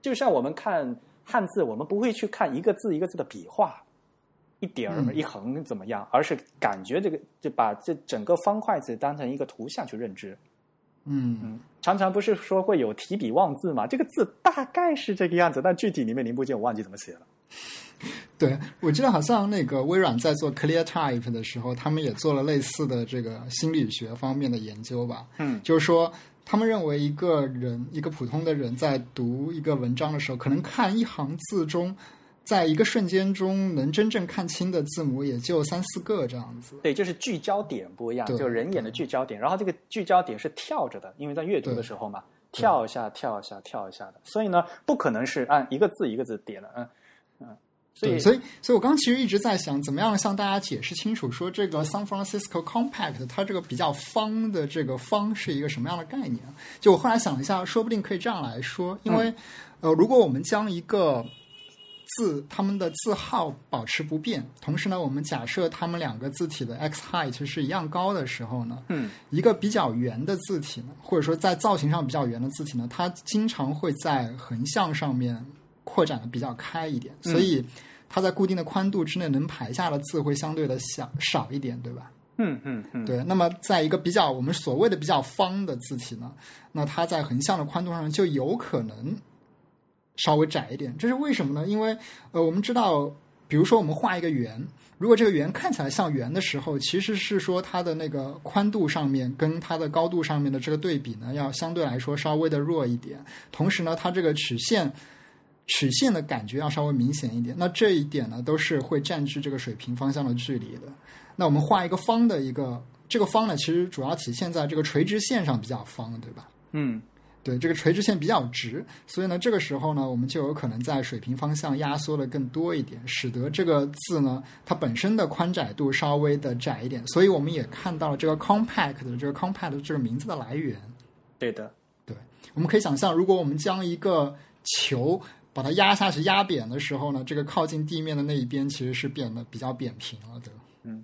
A: 就像我们看汉字，我们不会去看一个字一个字的笔画，一点儿
B: 嗯
A: 一横怎么样，而是感觉这个就把这整个方块字当成一个图像去认知。
B: 嗯，
A: 常常不是说会有提笔忘字嘛？这个字大概是这个样子，但具体里面零部件我忘记怎么写了。
B: 对，我记得好像那个微软在做 ClearType 的时候，他们也做了类似的这个心理学方面的研究吧。
A: 嗯
B: 就是说，他们认为一个人，一个普通的人在读一个文章的时候，可能看一行字中在一个瞬间中能真正看清的字母也就三四个这样子。
A: 对，就是聚焦点不一样，
B: 对
A: 就人眼的聚焦点。然后这个聚焦点是跳着的，因为在阅读的时候嘛，
B: 对
A: 跳一下、跳一下、跳一下的，所以呢，不可能是按一个字一个字点的，嗯嗯。所以
B: 对，所以，所以我刚刚其实一直在想，怎么样向大家解释清楚，说这个 San Francisco Compact 它这个比较方的这个方是一个什么样的概念？啊就我后来想了一下，说不定可以这样来说，因为、呃，如果我们将一个字它们的字号保持不变，同时呢，我们假设它们两个字体的 x height 是一样高的时候呢，
A: 嗯，
B: 一个比较圆的字体呢，或者说在造型上比较圆的字体呢，它经常会在横向上面扩展的比较开一点，所以它在固定的宽度之内能排下的字会相对的小少一点，对吧？
A: 嗯嗯嗯，
B: 对，那么在一个比较我们所谓的比较方的字体呢，那它在横向的宽度上就有可能稍微窄一点。这是为什么呢？因为呃，我们知道，比如说我们画一个圆，如果这个圆看起来像圆的时候，其实是说它的那个宽度上面跟它的高度上面的这个对比呢，要相对来说稍微的弱一点。同时呢，它这个曲线。曲线的感觉要稍微明显一点，那这一点呢，都是会占据这个水平方向的距离的。那我们画一个方的一个，这个方呢，其实主要体现在这个垂直线上比较方，对吧？
A: 嗯
B: 对，这个垂直线比较直，所以呢，这个时候呢，我们就有可能在水平方向压缩的更多一点，使得这个字呢，它本身的宽窄度稍微的窄一点。所以我们也看到了这个 compact 的这个 compact 的这个名字的来源。
A: 对的，
B: 对，我们可以想象，如果我们将一个球把它压下去、压扁的时候呢，这个靠近地面的那一边其实是变得比较扁平了，对吧？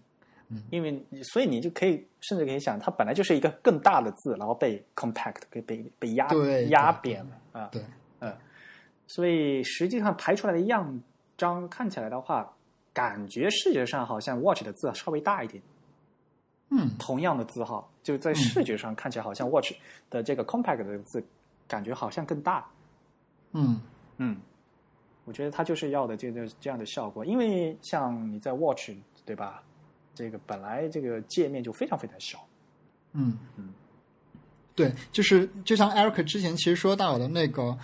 A: 因为你所以你就可以甚至可以想，它本来就是一个更大的字，然后被 compact 给被被压
B: 对
A: 压
B: 对
A: 扁了啊，
B: 对，
A: 嗯，所以实际上排出来的样张看起来的话，感觉视觉上好像 watch 的字稍微大一点，
B: 嗯，
A: 同样的字号，就在视觉上看起来好像 watch 的这个 compact 的字感觉好像更大，
B: 嗯，
A: 嗯，我觉得它就是要的这个这样的效果，因为像你在 watch 对吧，这个本来这个界面就非常非常小，
B: 嗯
A: 嗯，
B: 对，就是就像 Eric 之前其实说到的那个，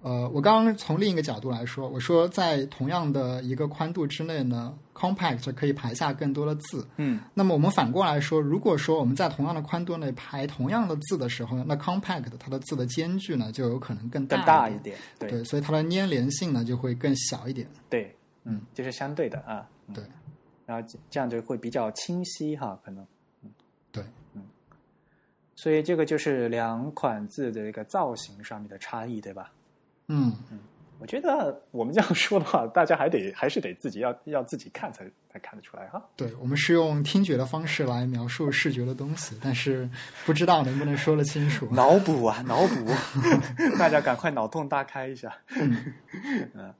B: 呃，我刚刚从另一个角度来说，我说在同样的一个宽度之内呢，compact 可以排下更多的字。
A: 嗯
B: 那么我们反过来说，如果说我们在同样的宽度内排同样的字的时候呢，那 compact 它的字的间距呢就有可能更
A: 更
B: 大
A: 大一
B: 点。
A: 点，对
B: 对，所以它的粘连性呢就会更小一点。
A: 对，嗯，就是相对的啊，嗯
B: 对，
A: 然后这这样就会比较清晰哈，可能嗯
B: 对，
A: 所以这个就是两款字的一个造型上面的差异，对吧？
B: 嗯，
A: 我觉得我们这样说的话，大家还得还是得自己要要自己看才才看得出来哈。
B: 对，我们是用听觉的方式来描述视觉的东西，但是不知道能不能说得清楚。
A: 脑补啊，脑补， (laughs) 大家赶快脑洞大开一下。嗯，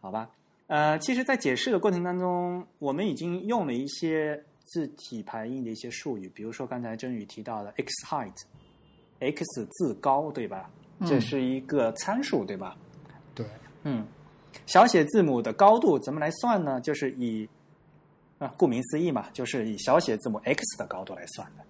A: 好吧。呃，其实，在解释的过程当中，我们已经用了一些字体排印的一些术语，比如说刚才真宇提到的 x height，x 字高，对吧？这
B: 嗯
A: 是一个参数，对吧？
B: 对，
A: 嗯，小写字母的高度怎么来算呢？就是以啊，顾名思义嘛，就是以小写字母 x 的高度来算的。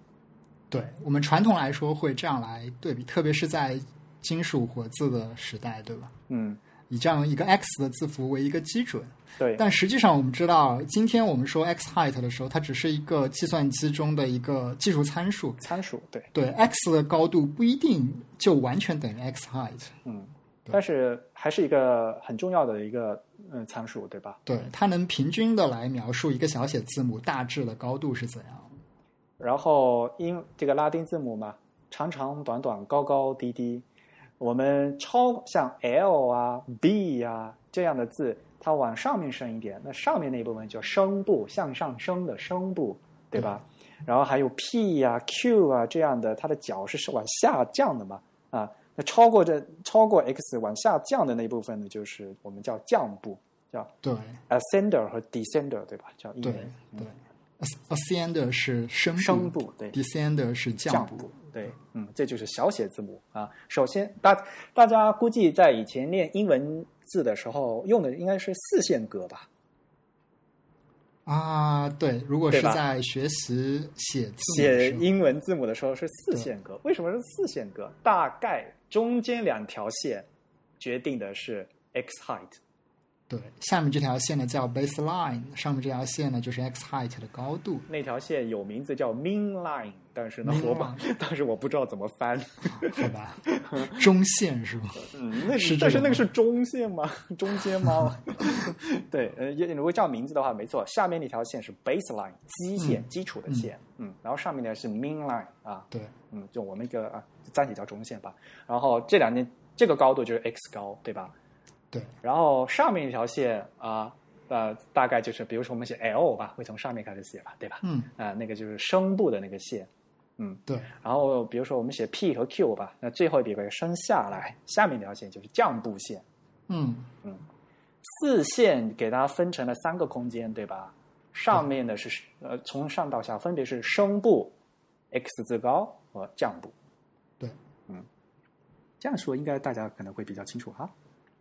B: 对我们传统来说会这样来对比，特别是在金属活字的时代，对吧？
A: 嗯，
B: 以这样一个 x 的字符为一个基准，
A: 对，
B: 但实际上我们知道，今天我们说 x height 的时候，它只是一个计算机中的一个技术参数。
A: 参数对，
B: 对 x 的高度不一定就完全等于 x height，
A: 嗯，
B: 对
A: 但是还是一个很重要的一个嗯参数，对吧？
B: 对，它能平均的来描述一个小写字母大致的高度是怎样。
A: 然后因这个拉丁字母嘛，长长短短，高高低低，我们超像 L 啊、B 啊这样的字，它往上面升一点，那上面那部分叫声部，向上升的声部，对吧？然后还有 P 呀、Q 啊这样的，它的角是是往下降的嘛，啊，那超过这超过 X 往下降的那部分呢，就是我们叫降部，叫
B: 对
A: ascender 呃和 descender，对吧？叫英
B: 对
A: 文
B: 对，ascender 是升
A: 声部，对。
B: 嗯，descender 是降
A: 部。对，嗯，这就是小写字母啊。首先，大大家估计在以前练英文字的时候用的应该是四线格吧？
B: 啊。对，如果是
A: 对吧
B: 在学习写字母的
A: 写
B: 时候
A: 英文字母的时候是四线格，为什么是四线格？大概中间两条线决定的是 x height，
B: 对，下面这条线呢叫 baseline，上面这条线呢就是 x height 的高度。
A: 那条线有名字叫 mean line，但是呢，
B: Mean
A: 我把但是我不知道怎么翻。
B: 好
A: (laughs)
B: 吧，中线是吧？
A: 嗯，那
B: 是这
A: 但是
B: 种
A: 那个是中线吗？ (laughs) 中间吗？ (laughs) 对，呃，也如果叫名字的话，没错，下面那条线是 baseline 基线、基础的线，嗯，然后上面呢是 mean line 啊， (laughs)
B: 对，
A: 嗯，就我们一个啊，暂且叫中线吧。然后这两件这个高度就是 x 高，对吧？
B: 对。
A: 然后上面一条线啊，呃，大概就是比如说我们写 L 吧，会从上面开始写吧，对吧？
B: 嗯，
A: 啊、那个就是声部的那个线。
B: 对，
A: 然后比如说我们写 P 和 Q 吧，那最后一笔把它升下来，下面一条线就是降部线。
B: 嗯，
A: 四线给它分成了三个空间，对吧？上面的是呃从上到下分别是升部、x 字高和降部。
B: 对，
A: 嗯，这样说应该大家可能会比较清楚哈。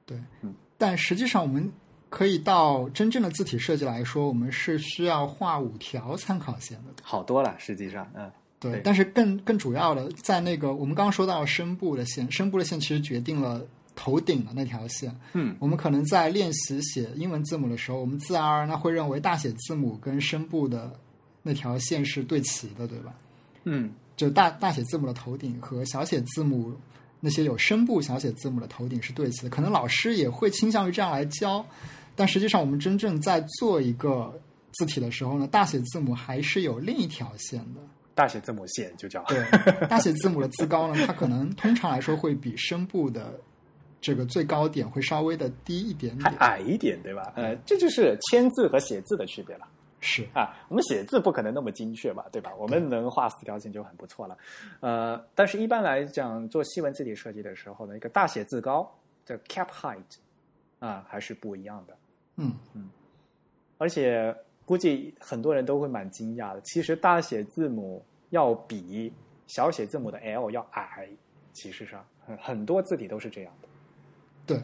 B: 对
A: 嗯。
B: 但实际上，我们可以到真正的字体设计来说，我们是需要画五条参考线的。
A: 好多了，实际上，嗯，对
B: 对，但是更更主要的，在那个我们刚刚说到声部的线，声部的线其实决定了头顶的那条线。
A: 嗯，
B: 我们可能在练习写英文字母的时候，我们自然而然会认为大写字母跟声部的那条线是对齐的，对吧？
A: 嗯，
B: 就大大写字母的头顶和小写字母那些有声部小写字母的头顶是对齐的。可能老师也会倾向于这样来教，但实际上我们真正在做一个字体的时候呢，大写字母还是有另一条线的。
A: 大写字母线就叫
B: 对，大写字母的字高呢，它可能通常来说会比声部的这个最高点会稍微的低一点
A: 还
B: 点。
A: 矮一点，对吧？呃，这就是签字和写字的区别了。
B: 是，
A: 啊，我们写字不可能那么精确嘛，对吧？我们能画四条线就很不错了。呃，但是一般来讲，做西文字体设计的时候呢，一个大写字高的 cap height 啊，还是不一样的。
B: 嗯，
A: 而且估计很多人都会蛮惊讶的，其实大写字母要比小写字母的 L 要矮，其实上很很多字体都是这样的。
B: 对，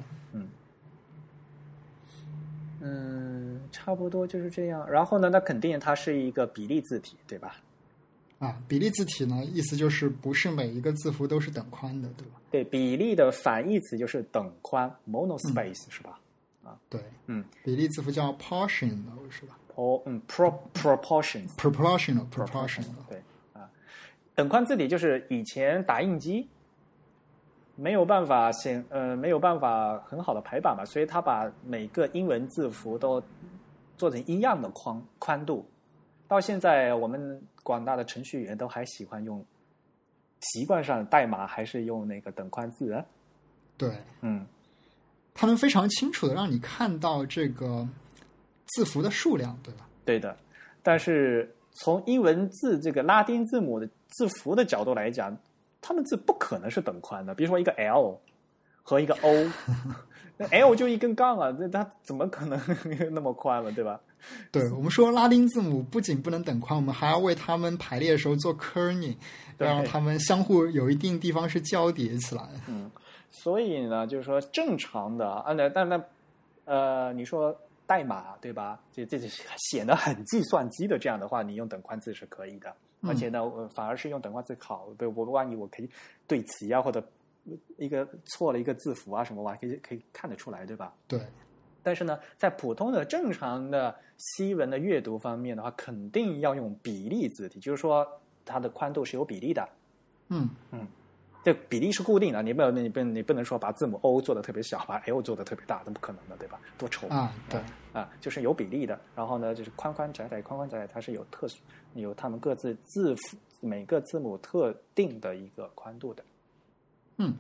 A: 嗯，差不多就是这样。然后呢，那肯定它是一个比例字体，对吧？
B: 啊，比例字体呢，意思就是不是每一个字符都是等宽的，对吧？
A: 对，比例的反义词就是等宽 （monospace）、是吧？
B: 对，
A: 嗯，
B: 比例字符叫 portional 是吧
A: pro 嗯 pro proportions
B: ？proportional proportional，
A: 对啊，等宽字体就是以前打印机没有办法显呃没有办法很好的排版嘛，所以他把每个英文字符都做成一样的宽宽度。到现在，我们广大的程序员都还喜欢用，习惯上代码还是用那个等宽字啊。
B: 对，
A: 嗯，
B: 它能非常清楚的让你看到这个字符的数量，对吧？
A: 对的，但是从英文字这个拉丁字母的字符的角度来讲，它们字不可能是等宽的。比如说一个 L 和一个 O，那 L 就一根杠啊，那它怎么可能 (laughs) 那么宽了，对吧？
B: 对我们说拉丁字母不仅不能等宽，我们还要为它们排列的时候做 kerning，
A: 对
B: 要让它们相互有一定地方是交叠起来。
A: 所以呢，就是说正常的，啊，那但那呃，你说代码对吧？这这这显得很计算机的，这样的话，你用等宽字是可以的，
B: 嗯
A: 而且呢，我反而是用等宽字考，对我万一我可以对齐啊，或者一个错了一个字符啊什么，我还可以可以看得出来，对吧？
B: 对，
A: 但是呢，在普通的正常的西文的阅读方面的话，肯定要用比例字体，就是说它的宽度是有比例的，
B: 嗯，
A: 这比例是固定的，你不能你不你不能说把字母 O 做的特别小，把 L 做的特别大，那不可能的，对吧？多丑
B: 啊，对，
A: 啊！就是有比例的，然后呢，就是宽宽窄窄，宽宽窄窄，它是有特殊有它们各自字符每个字母特定的一个宽度的。
B: 嗯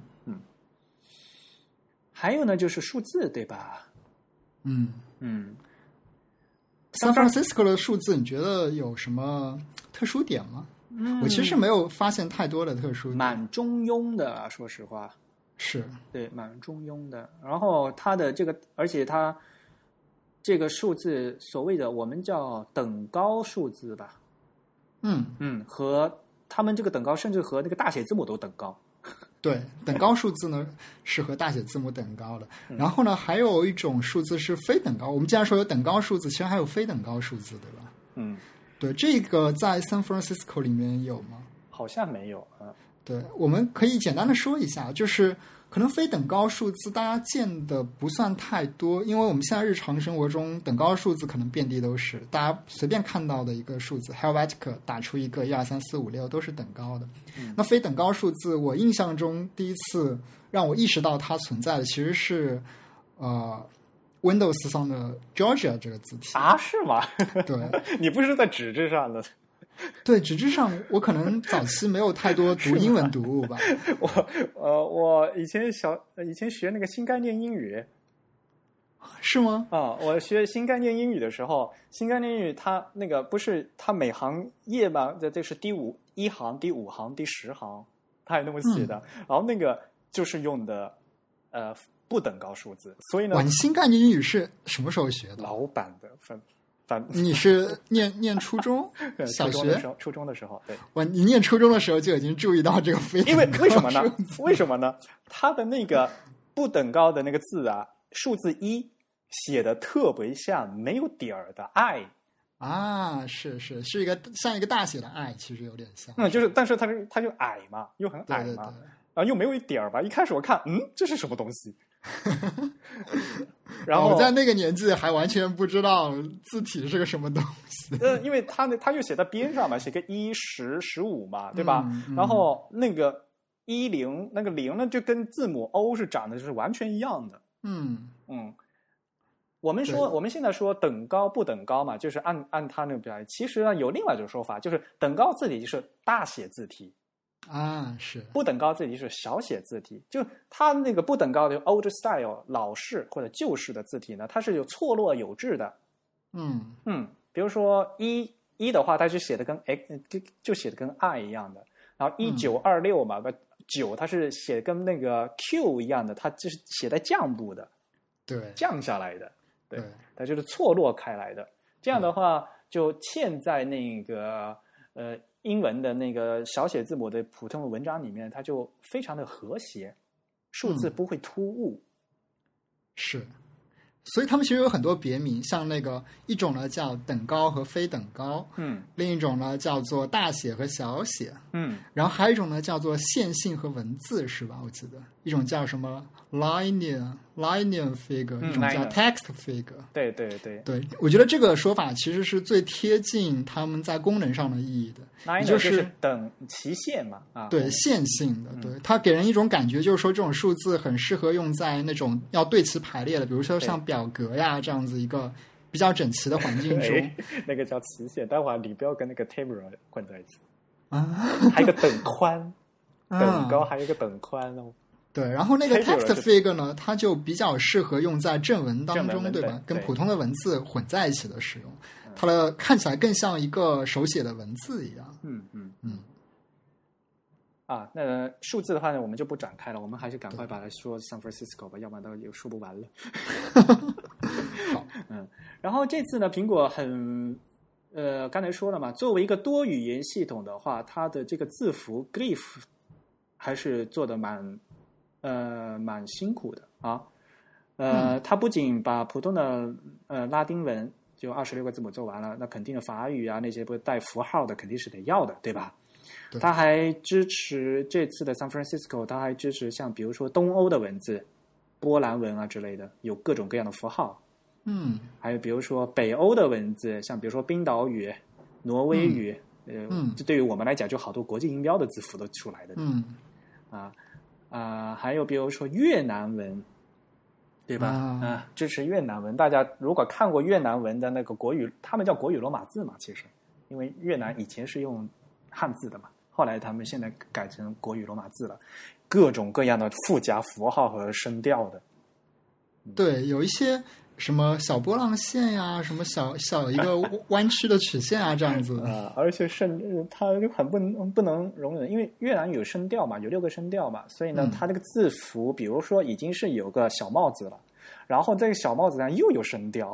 A: 还有呢，就是数字，对吧？
B: 嗯。
A: 嗯，
B: San Francisco 的数字，你觉得有什么特殊点吗？
A: 嗯
B: 我其实没有发现太多的特殊点，
A: 蛮中庸的啊，说实话。
B: 是
A: 对，蛮中庸的。然后它的这个，而且它这个数字，所谓的我们叫等高数字吧，
B: 嗯，
A: 嗯，和他们这个等高，甚至和那个大写字母都等高。
B: 对，等高数字呢是和大写字母等高的，然后呢还有一种数字是非等高。我们既然说有等高数字，其实还有非等高数字，对吧？
A: 嗯，
B: 对，这个在 San Francisco 里面有吗？
A: 好像没有啊。
B: 对，我们可以简单的说一下，就是可能非等高数字大家见的不算太多，因为我们现在日常生活中等高数字可能遍地都是，大家随便看到的一个数字，Helvetica 打出一个一二三四五六都是等高的。那非等高数字，我印象中第一次让我意识到它存在的其实是呃 Windows 上的 Georgia 这个字体。
A: 啊，是吗？ (laughs)
B: 对，
A: 你不是在纸质上的？
B: 对，纸质上我可能早期没有太多读英文读物吧。
A: 我呃，我以前小以前学那个新概念英语
B: 是吗？
A: 啊、我学新概念英语的时候，新概念英语它那个不是它每行页嘛，这这是第五一行、第五行、第十行，它有那么写的。
B: 嗯
A: 然后那个就是用的呃不等高数字，所以
B: (laughs)
A: 呢
B: 哇，，你新概念英语是什么时候学
A: (laughs)
B: 的？
A: 老版的反反
B: 你是念念初中
A: 呃、、
B: 小
A: (laughs) 初中的时
B: 学？
A: 候，初中的时候对。
B: 哇，你念初中的时候就已经注意到这个非
A: 因为
B: 等高
A: 为什
B: (laughs)
A: 么呢
B: 数？
A: 为什么呢？它的那个不等高的那个字啊，数字一写的特别像没有点儿的爱，
B: 啊？是是是一个像一个大写的爱，其实有点像。
A: 嗯，就是，但是它是它就矮嘛，又很
B: 对
A: 矮
B: 对对
A: 嘛，，然后啊又没有一点儿吧。一开始我看，嗯，这是什么东
B: (laughs)
A: 西？然后
B: 哦我在那个年纪还完全不知道字体是个什么东西。
A: 呃，因为它那它又写在边上嘛，写个一十十五嘛， (laughs) 对吧？
B: 嗯嗯
A: 然后那个一零那个零呢，就跟字母 O 是长得就是完全一样的。
B: 嗯，
A: 嗯，我们
B: 对
A: 说我们现在说等高不等高嘛，就是按按它那个表现。其实呢，有另外一种说法，就是等高字体就是大写字体，
B: 啊是
A: 不等高字体就是小写字体。就它那个不等高的 old style 老式或者旧式的字体呢，它是有错落有致的。
B: 嗯
A: 嗯，比如说一一的话，它就写的跟 x 就就写的跟 i 一样的，然后一九二六嘛，不九它是写得跟那个 q 一样的，它就是写在降部的，
B: 对
A: 降下来的。
B: 对
A: 它就是错落开来的。这
B: 嗯
A: 样的话，就嵌在那个呃英文的那个小写字母的普通的文章里面，它就非常的和谐，数字
B: 嗯
A: 不会突兀。
B: 是，所以他们其实有很多别名，像那个一种呢叫等高和非等高，
A: 嗯
B: 另一种呢叫做大写和小写，
A: 嗯
B: 然后还有一种呢叫做线性和文字，是吧？我记得一种叫什么 linear linear figure，
A: 嗯
B: 一种叫
A: linear
B: text figure。
A: 对对对
B: 对，我觉得这个说法其实是最贴近他们在功能上的意义的。
A: ，nine
B: 就
A: 就是是等期限嘛啊， (laughs)
B: 对线性的，
A: 嗯
B: 对它给人一种感觉，就是说这种数字很适合用在那种要对齐排列的，比如说像表格呀这样子一个比较整齐的环境中
A: 哎那个叫期限，待会儿你不要跟那个 table 混在一起，
B: 啊，
A: 还有一个等宽， (laughs) 等高
B: (laughs) 啊
A: 还有一个等宽哦，
B: 对，然后那个
A: Table
B: text
A: 是
B: figure 呢，它就比较适合用在正文当
A: 正文
B: 中，
A: 文
B: 对吧
A: 本？
B: 跟
A: 对嗯
B: 普通的文字混在一起的使用，它的看起来更像一个手写的文字一样。
A: 嗯嗯
B: 嗯，
A: 啊，那数字的话呢，我们就不展开了，我们还是赶快把它说 San Francisco 吧，要不然都又说不完了。
B: 好，
A: 嗯，然后这次呢，苹果很，呃，刚才说了嘛，作为一个多语言系统的话，它的这个字符 glyph 还是做的蛮，呃，蛮辛苦的啊。呃，它不仅把普通的呃拉丁文就二十六个字母做完了，那肯定的法语啊那些不是带符号的肯定是得要的，对吧？
B: 对
A: 它还支持这次的 San Francisco，它还支持像比如说东欧的文字，波兰文啊之类的，有各种各样的符号。
B: 嗯
A: 还有比如说北欧的文字，像比如说冰岛语、挪威语，
B: 嗯
A: 呃，这对于我们来讲就好多国际音标的字符都出来的
B: 嗯，
A: 啊啊、还有比如说越南文，对吧？
B: 啊
A: 啊，支持越南文。大家如果看过越南文的那个国语，他们叫国语罗马字嘛，其实，因为越南以前是用汉字的嘛，后来他们现在改成国语罗马字了，各种各样的附加符号和声调的。嗯
B: 对，有一些什么小波浪线呀，什么小小一个弯曲的曲线啊，这样子。
A: 啊，而且甚它就很不能不能容忍，因为越南语有声调嘛，有六个声调嘛，所以呢
B: 嗯，
A: 它这个字符，比如说已经是有个小帽子了，然后这个小帽子上又有声调，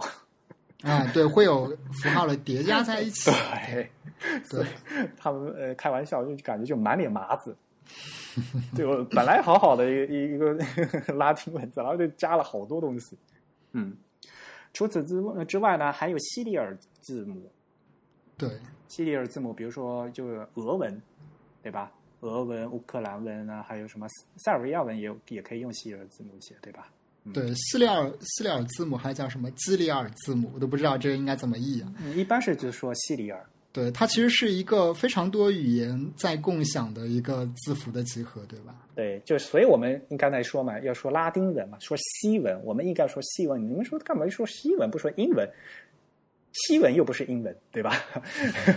B: 啊，对，会有符号的叠加在一起。
A: 嗯对，所以他们呃开玩笑就感觉就满脸麻子，就本来好好的一个一个拉丁文字，然后就加了好多东西，嗯，除此之外呃之外呢，还有西里尔字母，
B: 对，
A: 西里尔字母，比如说就是俄文，对吧？俄文、乌克兰文啊，还有什么塞尔维亚文也有也可以用西里尔字母写，对吧？嗯
B: 对，西里尔西里尔字母还叫什么基里尔字母，我都不知道这个应该怎么译啊。
A: 嗯，一般是就说西里尔。
B: 对，它其实是一个非常多语言在共享的一个字符的集合，对吧？
A: 对，就所以我们你刚才说嘛，要说拉丁文嘛，说西文，我们应该说西文。你们说干嘛说西文不说英文？西文又不是英文，对吧？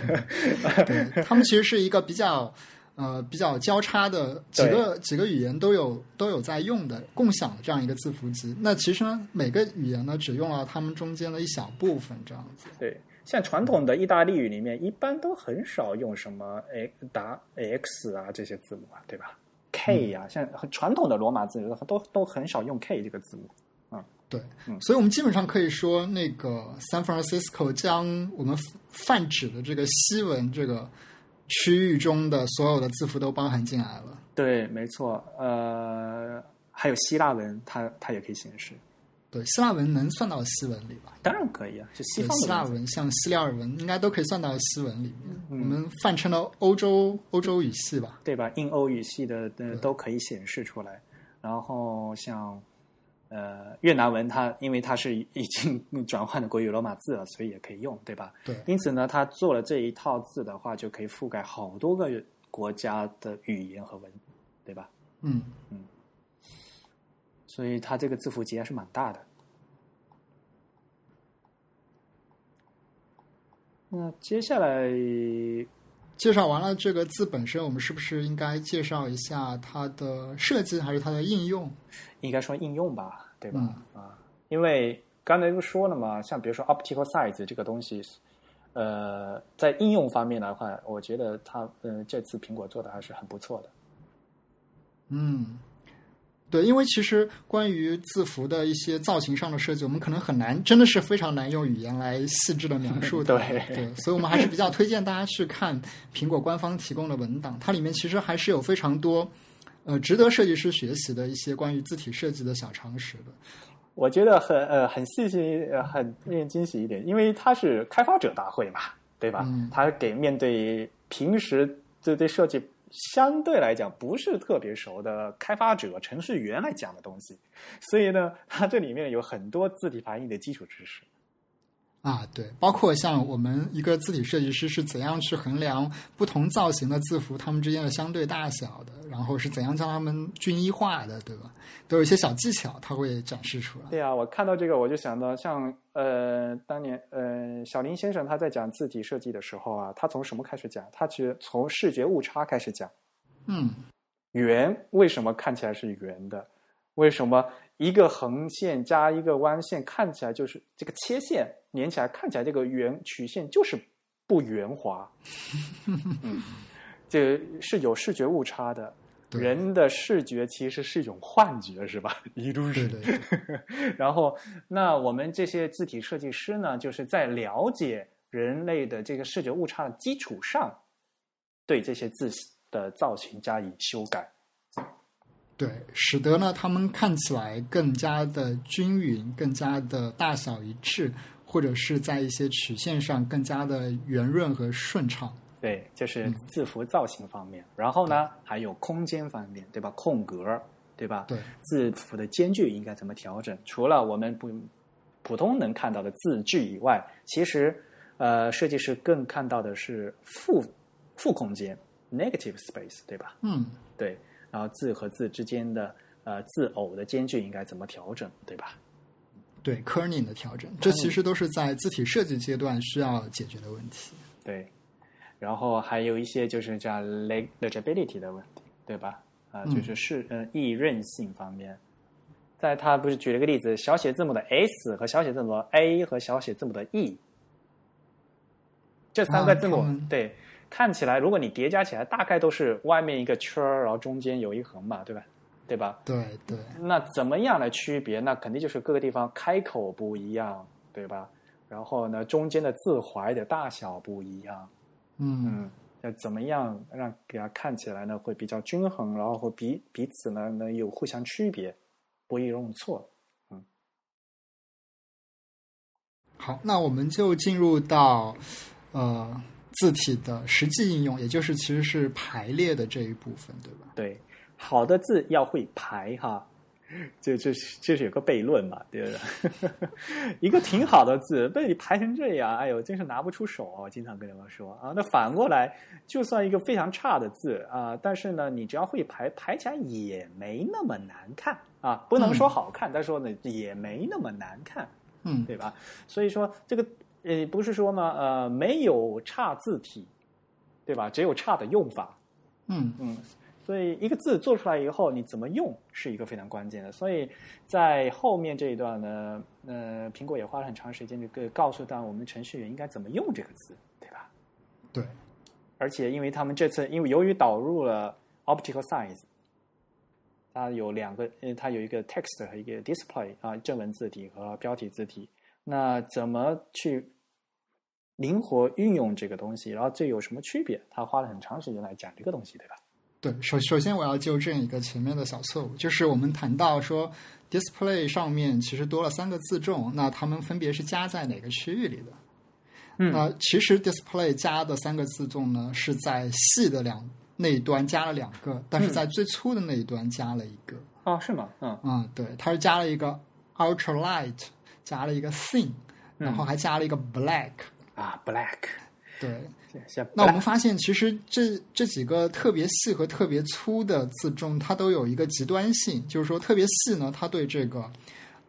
A: (laughs)
B: 对，他们其实是一个比较呃比较交叉的几个几个语言都有都有在用的共享的这样一个字符集。那其实呢，每个语言呢只用了他们中间的一小部分这样子。
A: 对，像传统的意大利语里面，一般都很少用什么 a 打 x 啊这些字母啊，对吧？k 呀、像很传统的罗马字都都很少用 k 这个字母。
B: 对，
A: 嗯
B: 所以我们基本上可以说，那个 San Francisco 将我们泛指的这个西文这个区域中的所有的字符都包含进来了。
A: 对，没错。呃，还有希腊文，它它也可以显示，
B: 对，希腊文能算到西文里吧？
A: 当然可以啊，是西
B: 对，
A: 方
B: 希
A: 的
B: 腊
A: 文字
B: 文像希腊文应该都可以算到西文里面。
A: 嗯
B: 我们泛称的欧洲欧洲语系吧。
A: 对吧？印欧语系的呃都可以显示出来。然后像呃越南文它，因为它是已经 (laughs) 转换的国语罗马字了，所以也可以用，对吧？
B: 对
A: 因此呢，它做了这一套字的话，就可以覆盖好多个国家的语言和文，对吧？
B: 嗯，
A: 所以它这个字符集还是蛮大的。那接下来
B: 介绍完了这个字本身，我们是不是应该介绍一下它的设计还是它的应用？
A: 应该说应用吧，对吧？啊，因为刚才不说了嘛，像比如说 optical size 这个东西，呃，在应用方面的话，我觉得它呃这次苹果做的还是很不错的。
B: 嗯，对，因为其实关于字符的一些造型上的设计，我们可能很难，真的是非常难用语言来细致的描述它。
A: 对
B: 对，所以我们还是比较推荐大家去看苹果官方提供的文档，它里面其实还是有非常多。呃，值得设计师学习的一些关于字体设计的小常识的，
A: 我觉得很呃很细心，呃很令人惊喜一点，因为它是开发者大会嘛，对吧
B: 嗯？
A: 它给面对平时这对设计相对来讲不是特别熟的开发者、程序员来讲的东西，所以呢，它这里面有很多字体排印的基础知识。
B: 啊，对，包括像我们一个字体设计师是怎样去衡量不同造型的字符它们之间的相对大小的，然后是怎样将它们均一化的，对吧？都有一些小技巧，它会展示出来。
A: 对啊，我看到这个我就想到像，呃，当年呃，小林先生他在讲字体设计的时候啊，他从什么开始讲？他去从视觉误差开始讲。
B: 嗯，
A: 圆为什么看起来是圆的？为什么一个横线加一个弯线看起来就是这个切线连起来看起来这个圆曲线就是不圆
B: (laughs)
A: 滑？嗯，这是有视觉误差的。
B: 对
A: 人的视觉其实是一种幻觉，是吧
B: 对
A: ？illusion
B: 对。对，
A: 然后，那我们这些字体设计师呢，就是在了解人类的这个视觉误差的基础上，对这些字的造型加以修改。
B: 对，使得呢他们看起来更加的均匀，更加的大小一致，或者是在一些曲线上更加的圆润和顺畅。
A: 对，这是字符造型方面。然后呢，还有空间方面，对吧？空格，对吧？
B: 对，
A: 字符的间距应该怎么调整？除了我们不普通能看到的字距以外，其实呃，设计师更看到的是负负空间 （negative space），对吧？
B: 嗯，
A: 对，然后字和字之间的呃字偶的间距应该怎么调整，对吧？
B: 对 k e r n i n 的调整，这其实都是在字体设计阶段需要解决的问题。
A: 对，然后还有一些就是叫 leg- legibility 的问题，对吧？啊、
B: 嗯
A: 就是是呃易认性方面，在他不是举了个例子，小写字母的 s 和小写字母的 a 和小写字母的 e，这三
B: 啊
A: 个字母、
B: 他们
A: 对看起来，如果你叠加起来，大概都是外面一个圈儿，然后中间有一横嘛，对吧？对吧？
B: 对对，
A: 那怎么样来区别？那肯定就是各个地方开口不一样，对吧？然后呢，中间的字怀的大小不一样，
B: 嗯，
A: 嗯，要怎么样让给它看起来呢会比较均衡，然后会彼彼此呢能有互相区别，不易弄错。
B: 好，那我们就进入到呃字体的实际应用，也就是其实是排列的这一部分，对吧？
A: 对，好的字要会排哈， (laughs) 这这这是有个悖论嘛，对吧？ (laughs) 一个挺好的字被你排成这样，哎呦，真是拿不出手、我经常跟人们说啊，那反过来，就算一个非常差的字啊，但是呢，你只要会排，排起来也没那么难看啊，不能说好看，但说呢也没那么难看。
B: 嗯，
A: 对吧？所以说这个呃，不是说嘛，呃，没有差字体，对吧？只有差的用法。
B: 嗯
A: 嗯，所以一个字做出来以后，你怎么用是一个非常关键的。所以在后面这一段呢，呃，苹果也花了很长时间，就告诉到我们程序员应该怎么用这个字，对吧？
B: 对，
A: 而且因为他们这次，因为由于导入了 optical size，它有两个，呃，它有一个 text 和一个 display 啊，正文字体和标题字体。那怎么去灵活运用这个东西？然后这有什么区别？他花了很长时间来讲这个东西，对吧？
B: 对，首首先我要纠正一个前面的小错误，就是我们谈到说 display 上面其实多了三个自重，那它们分别是加在哪个区域里的？
A: 嗯
B: 那其实 display 加的三个自重呢，是在细的两那一端加了两个，但是在最粗的那一端加了一个。
A: 哦，是吗？嗯
B: 嗯，对，它是加了一个 ultralight，加了一个 thin，
A: 嗯
B: 然后还加了一个 black、
A: 啊，black，
B: 对，
A: 像
B: 那我们发现，其实这这几个特别细和特别粗的字重，它都有一个极端性，就是说特别细呢，它对这个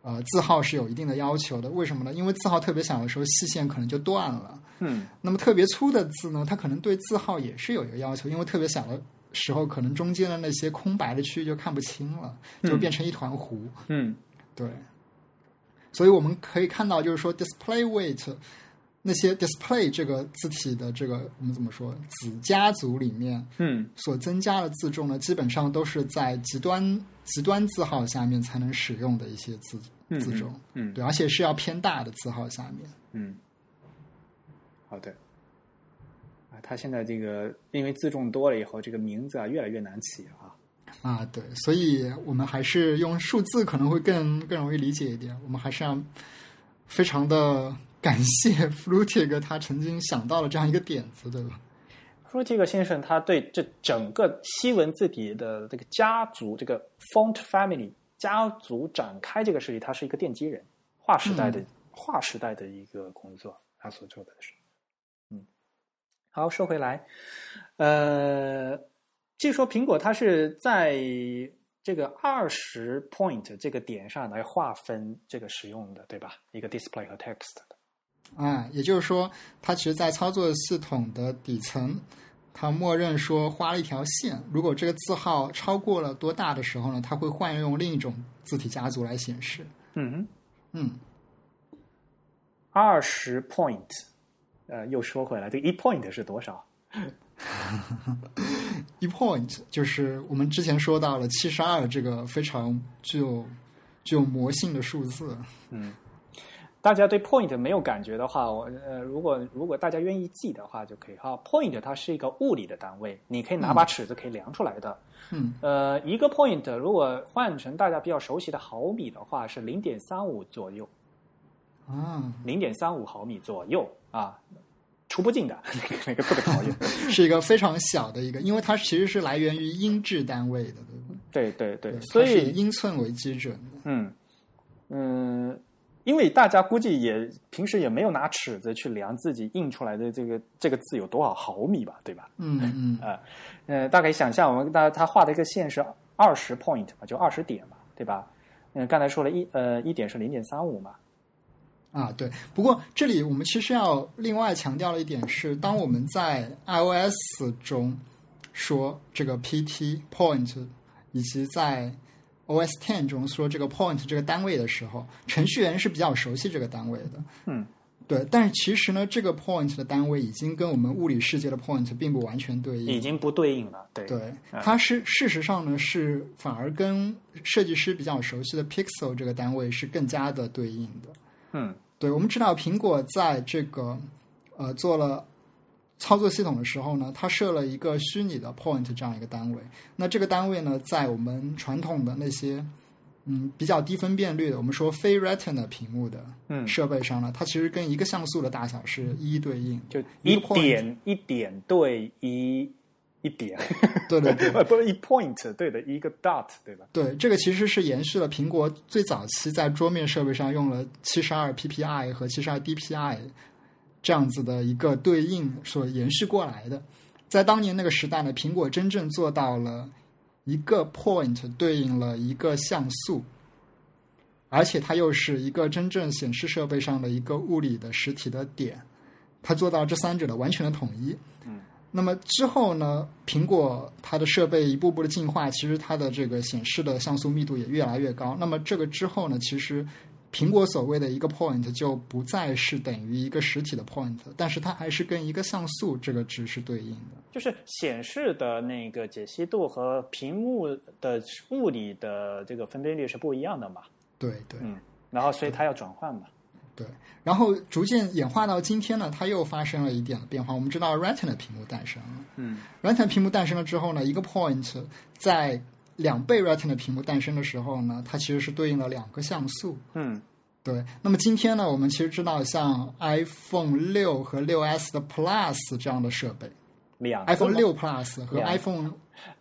B: 呃字号是有一定的要求的。为什么呢？因为字号特别小的时候，细线可能就断了。
A: 嗯
B: 那么特别粗的字呢，它可能对字号也是有一个要求，因为特别小的时候，可能中间的那些空白的区域就看不清了，就变成一团糊。
A: 嗯
B: 对，所以我们可以看到，就是说 display weight 那些 display 这个字体的这个我们怎么说子家族里面
A: 嗯
B: 所增加的字重呢，基本上都是在极端极端字号下面才能使用的一些字
A: 嗯，
B: 字重，
A: 嗯
B: 对，而且是要偏大的字号下面。
A: 嗯，好的。啊，他现在这个因为自重多了以后，这个名字啊越来越难起了啊。
B: 啊，对，所以我们还是用数字可能会更更容易理解一点。我们还是要非常的感谢 Flutig 他曾经想到了这样一个点子，对吧？
A: 说这个先生他对这整个西文字体的这个家族，这个 font family 家族展开这个事情，他是一个奠基人，划时代的、划时代的一个工作，他所做的事。嗯，好，说回来，呃，据说苹果它是在这个二十 point 这个点上来划分这个使用的，对吧？一个 display 和 text 的。
B: 啊，也就是说，它其实在操作系统的底层，它默认说画了一条线，如果这个字号超过了多大的时候呢，它会换用另一种字体家族来显示。
A: 嗯哼。
B: 嗯，
A: 二十 point，呃，又说回来，这一 point 是多少？
B: 一 point 就是我们之前说到了七十二这个非常具有具有魔性的数字。
A: 嗯大家对 point 没有感觉的话，我呃，如果如果大家愿意记的话就可以哈。point 它是一个物理的单位，你可以拿把尺子可以量出来的。
B: 嗯，
A: 呃，一个 point 如果换成大家比较熟悉的毫米的话，是零点三五左右，
B: 啊，
A: 零点三五毫米左右啊，除不尽的 (laughs) 那个那个特别讨厌。
B: 是一个非常小的一个，因为它其实是来源于英制单位的，对吧？
A: 对对对，
B: 它
A: 所
B: 是
A: 以
B: 以英寸为基准的。
A: 嗯，嗯，因为大家估计也平时也没有拿尺子去量自己印出来的这个这个字有多少毫米吧，对吧？
B: 嗯嗯
A: 呃，大概想象我们大他画的一个线是二十 point 嘛，就二十点嘛，对吧？嗯，刚才说了一呃一点是零点三五嘛，
B: 啊，对。不过这里我们其实要另外强调的一点是，当我们在 iOS 中说这个 PT point，以及在 OS 10中说这个 point 这个单位的时候，程序员是比较熟悉这个单位的。
A: 嗯，
B: 对。但是其实呢，这个 point 的单位已经跟我们物理世界的 point 并不完全对应
A: 已。经不对应了，对，
B: 对，它是事实上呢是反而跟设计师比较熟悉的 pixel 这个单位是更加的对应的。
A: 嗯
B: 对，我们知道苹果在这个呃做了操作系统的时候呢，它设了一个虚拟的 point 这样一个单位。那这个单位呢，在我们传统的那些嗯比较低分辨率的，我们说非 Retina 屏幕的
A: 嗯，
B: 设备上呢，它其实跟一个像素的大小是一一对应，
A: 就
B: 一
A: 一
B: 个 point
A: 点一点对一一点， (laughs)
B: 对对对。
A: 呃不是一 point 对的一个 dot 对吧？
B: 对，这个其实是延续了苹果最早期在桌面设备上用了七十二 PPI 和七十二 DPI 这样子的一个对应所延续过来的。在当年那个时代呢，苹果真正做到了一个 point 对应了一个像素，而且它又是一个真正显示设备上的一个物理的实体的点，它做到这三者的完全的统一。那么之后呢，苹果它的设备一步步的进化，其实它的这个显示的像素密度也越来越高。那么这个之后呢，其实苹果所谓的一个 point 就不再是等于一个实体的 point，但是它还是跟一个像素这个值是对应的。
A: 就是显示的那个解析度和屏幕的物理的这个分辨率是不一样的嘛，
B: 对对。
A: 嗯，然后所以它要转换嘛，
B: 然后逐渐演化到今天呢，它又发生了一点的变化。我们知道 Retina 屏幕诞生了。
A: 嗯
B: Retina 屏幕诞生了之后呢，一个 point 在两倍 Retina 屏幕诞生的时候呢，它其实是对应了两个像素。
A: 嗯
B: 对，那么今天呢，我们其实知道，像 iPhone 六和六 S 的 Plus 这样的设备
A: 两个
B: ，iPhone
A: 嘛
B: 六 Plus 和
A: 两
B: iPhone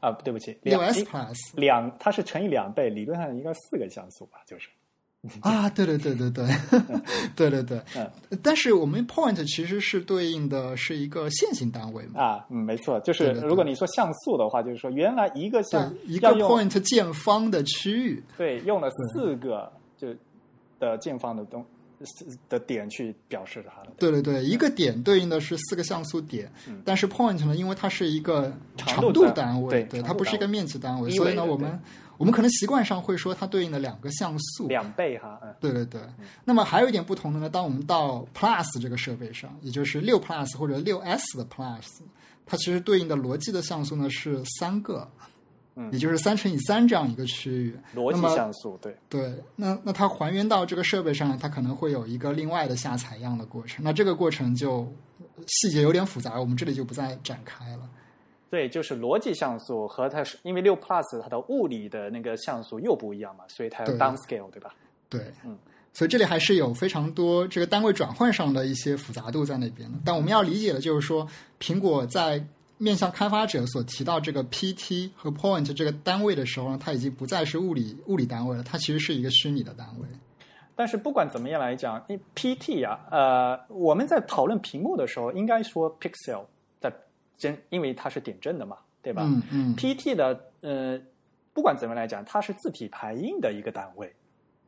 A: 啊，对不起，
B: 六
A: 两
B: S
A: 一 (laughs)
B: Plus
A: 两它是乘以两倍，理论上应该四个像素吧，就是
B: 啊，对对对
A: (laughs)
B: 对对，对对对
A: 嗯。
B: 但是我们 point 其实是对应的是一个线性单位嘛，
A: 啊，嗯，没错，就是
B: 对对对
A: 如果你说像素的话，就是说原来一个
B: 对
A: 像，
B: 一个
A: 啊要用
B: point 见方的区域，
A: 对，用了四个就的见方的东的点去表示它的
B: 对对对，一个点对应的是四个像素点，
A: 嗯
B: 但是 point 呢，因为它是一个
A: 长
B: 长
A: 度单
B: 单位，
A: 对
B: 对，
A: 长
B: 它
A: 度
B: 不是一
A: 单
B: 个面积单位，
A: 一
B: 所以
A: 维
B: 呢，
A: 的
B: 我
A: 对
B: 们我们可能习惯上会说它对应的两个像素。
A: 两倍哈，嗯
B: 对对对，那么还有一点不同的呢，当我们到 Plus 这个设备上，也就是六 Plus 或者六 S 的 Plus，它其实对应的逻辑的像素呢是三个，
A: 嗯
B: 也就是三乘以三这样一个区域。
A: 逻
B: 那
A: 辑
B: 么
A: 像素对，
B: 对，那那它还原到这个设备上，它可能会有一个另外的下采样的过程。那这个过程就呃细节有点复杂，我们这里就不再展开了。
A: 对，就是逻辑像素和它是因为六 plus 它的物理的那个像素又不一样嘛，所以它要
B: 对
A: downscale 对吧？
B: 对，
A: 嗯，
B: 所以这里还是有非常多这个单位转换上的一些复杂度在那边的。但我们要理解的就是说，苹果在面向开发者所提到这个 PT 和 Point 这个单位的时候呢，它已经不再是物理物理单位了，它其实是一个虚拟的单位。
A: 但是不管怎么样来讲因为，PT 啊，呃，我们在讨论屏幕的时候，应该说 pixel 在真，因为它是点阵的嘛，对吧？
B: 嗯嗯
A: PT 的呃，不管怎么来讲，它是字体排印的一个单位。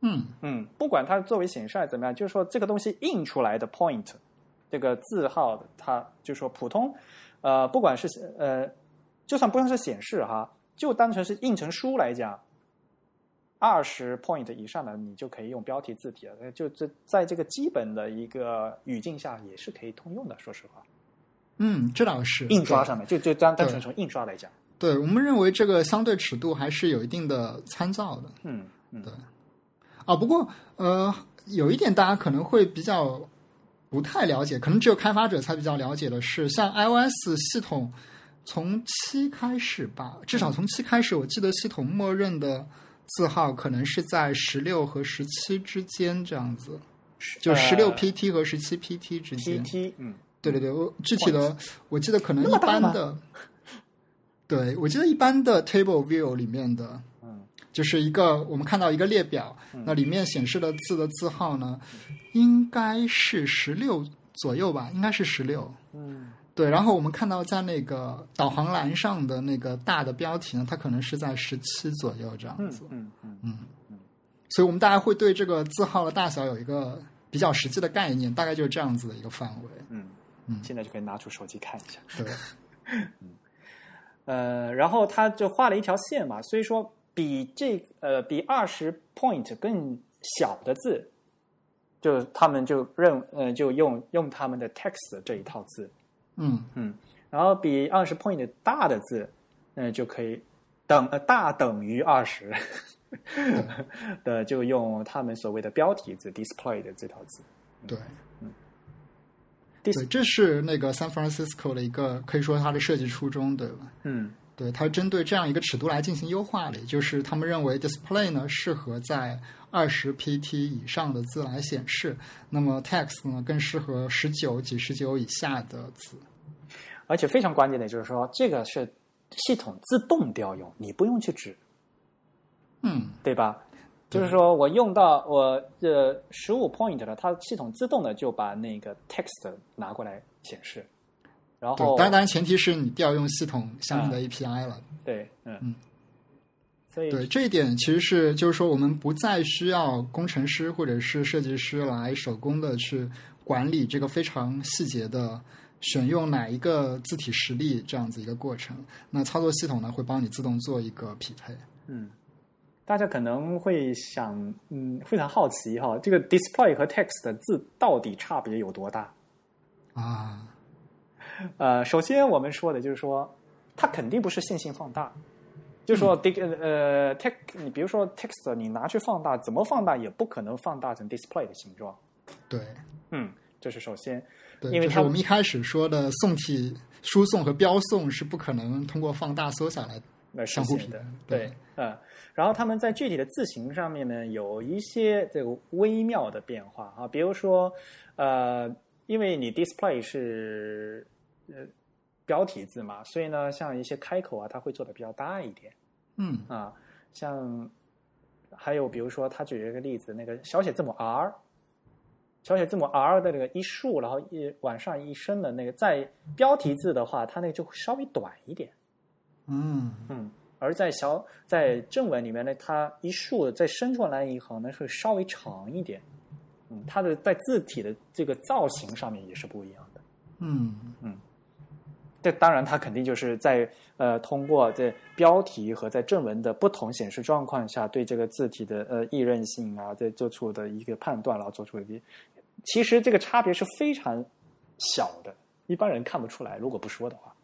B: 嗯，
A: 嗯，不管它作为显示还是怎么样，就是说这个东西印出来的 point，这个字号的，它就是说普通，呃，不管是呃，就算不算是显示哈，就单纯是印成书来讲，二十 point 以上的你就可以用标题字体了，就这在这个基本的一个语境下也是可以通用的。说实话，
B: 嗯，这倒是
A: 印刷
B: 对
A: 上面就就单单
B: 对
A: 纯从印刷来讲，
B: 对我们认为这个相对尺度还是有一定的参照的
A: 嗯嗯
B: 对啊。不过呃，有一点大家可能会比较不太了解，可能只有开发者才比较了解的是，像 iOS 系统从七开始吧，至少从七开始，我记得系统默认的字号可能是在十六和十七之间这样子，就
A: 呃
B: 十六 PT 和十七 PT 之间。
A: PT 嗯
B: 对对对，我具体的我记得可能
A: 那
B: 一
A: 么大
B: 般
A: 吗
B: 的，对我记得一般的 table view 里面的，
A: 嗯
B: 就是一个我们看到一个列表，那里面显示的字的字号呢，应该是十六左右吧，应该是十六。
A: 嗯
B: 对，然后我们看到在那个导航栏上的那个大的标题呢，它可能是在十七左右这样
A: 嗯
B: 子。
A: 嗯嗯
B: 所以我们大家会对这个字号的大小有一个比较实际的概念，大概就是这样子的一个范围。
A: 嗯
B: 嗯
A: 嗯，现在就可以拿出手机看一下。
B: 对，
A: 呃，然后他就画了一条线嘛，所以说比这呃比二十 point 更小的字，就他们就认呃就用用他们的 text 这一套字，
B: 嗯
A: 嗯，然后比二十 point 大的字，嗯、就可以等呃大等于二十的就用他们所谓的标题字 display 的这套字，
B: 对。
A: Dis-
B: 对，这是那个 San Francisco 的一个可以说它的设计初衷，对吧？
A: 嗯，
B: 对，它针对这样一个尺度来进行优化了，也就是他们认为 display 呢适合在二十 pt 以上的字来显示，那么 text 呢更适合十九、几十九以下的字。
A: 而且非常关键的就是说，这个是系统自动调用，你不用去指，
B: 嗯，
A: 对吧？就是说我用到我呃十五 point 了，它系统自动的就把那个 text 拿过来显示，然
B: 对
A: 后，
B: 当然前提是你调用系统相应的 API 了。
A: 对，嗯
B: 嗯
A: 所以
B: 对这一点，其实是就是说，我们不再需要工程师或者是设计师来手工的去管理这个非常细节的选用哪一个字体实例这样子一个过程。那操作系统呢，会帮你自动做一个匹配。
A: 嗯，大家可能会想，嗯，非常好奇哈，这个 display 和 text 的字到底差别有多大？
B: 啊，
A: 呃，首先我们说的就是说，它肯定不是线性放大，就是
B: 嗯
A: 说 d 呃 text，你比如说 text，你拿去放大，怎么放大也不可能放大成 display 的形状。
B: 对
A: 嗯，这是首先。
B: 对，
A: 因为
B: 就是
A: 它
B: 我们一开始说的宋体输送和标送是不可能通过放大缩小来
A: 那实
B: 相互
A: 现
B: 匹配
A: 呃的，。
B: 对，
A: 嗯，然后他们在具体的字形上面呢，有一些这个微妙的变化啊，比如说，呃，因为你 display 是呃标题字嘛，所以呢，像一些开口啊，它会做的比较大一点
B: 嗯
A: 啊，像还有比如说，他举了一个例子，那个小写字母 r，小写字母 r 的那个一竖，然后一往上一升的那个，在标题字的话，它那个就会稍微短一点。
B: 嗯
A: 嗯，而在小在正文里面呢，它一竖再伸出来一横呢，会稍微长一点。嗯，它的在字体的这个造型上面也是不一样的。
B: 嗯，
A: 这当然，它肯定就是在呃通过这标题和在正文的不同显示状况下，对这个字体的呃易认性啊，这做出的一个判断，然后做出的一。其实这个差别是非常小的，一般人看不出来。如果不说的话，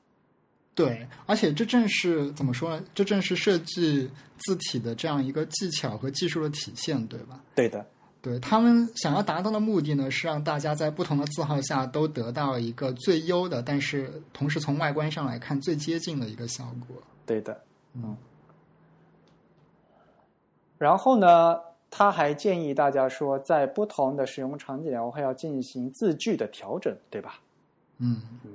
B: 对，而且这正是怎么说呢？这正是设计字体的这样一个技巧和技术的体现，对吧？
A: 对的，
B: 对他们想要达到的目的呢，是让大家在不同的字号下都得到一个最优的，但是同时从外观上来看最接近的一个效果。
A: 对的。
B: 嗯
A: 然后呢，他还建议大家说，在不同的使用场景然后要进行字句的调整，对吧？
B: 嗯
A: 嗯，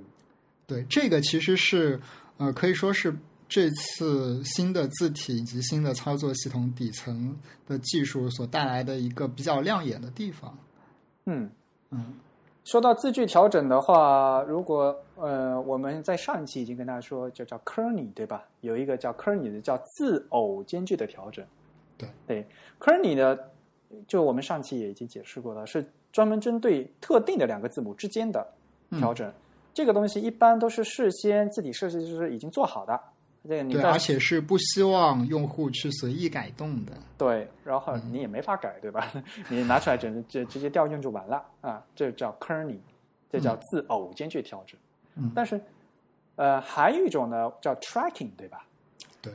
B: 对，这个其实是呃，可以说是这次新的字体以及新的操作系统底层的技术所带来的一个比较亮眼的地方。
A: 嗯，
B: 嗯
A: 说到字句调整的话，如果呃，我们在上一期已经跟大家说，就叫 Kearney 对吧？有一个叫 Kearney 的叫字偶间距的调整。
B: 对
A: 对，Kearney 的，就我们上期也已经解释过了，是专门针对特定的两个字母之间的
B: 嗯
A: 调整。这个东西一般都是事先字体设计师已经做好的，这个你
B: 对，
A: 在
B: 而且是不希望用户去随意改动的。
A: 对，然
B: 嗯
A: 后你也没法改，对吧？ (laughs) 你拿出来直直直接调用就完了啊，这叫 kerning，这叫自偶间距调整。
B: 嗯，
A: 但是，呃，还有一种呢叫 tracking，对吧
B: 对，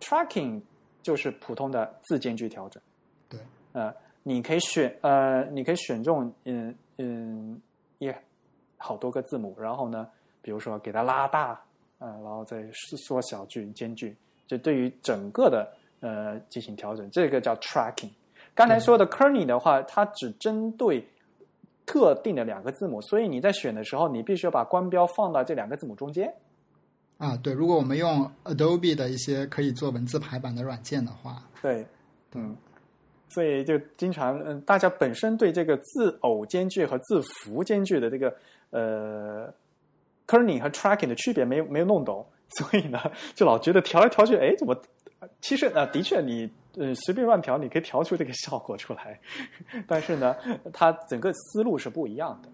A: ？tracking 就是普通的字间距调整。
B: 对，
A: 呃，你可以选呃，你可以选中嗯嗯也好多个字母，然后呢，比如说给它拉大，呃，然后再缩缩小距间距，就对于整个的呃进行调整，这个叫 tracking。刚才说的 kerning 的话，它只针对特定的两个字母，所以你在选的时候，你必须要把光标放到这两个字母中间。
B: 啊，对，如果我们用 Adobe 的一些可以做文字排版的软件的话，
A: 对，嗯，所以就经常，嗯，大家本身对这个字偶间距和字符间距的这个呃 kerning 和 tracking 的区别没有没有弄懂，所以呢，就老觉得调来调去，哎，怎么？其实啊、呃的确你呃随便乱调，你可以调出这个效果出来， (laughs) 但是呢，它整个思路是不一样的。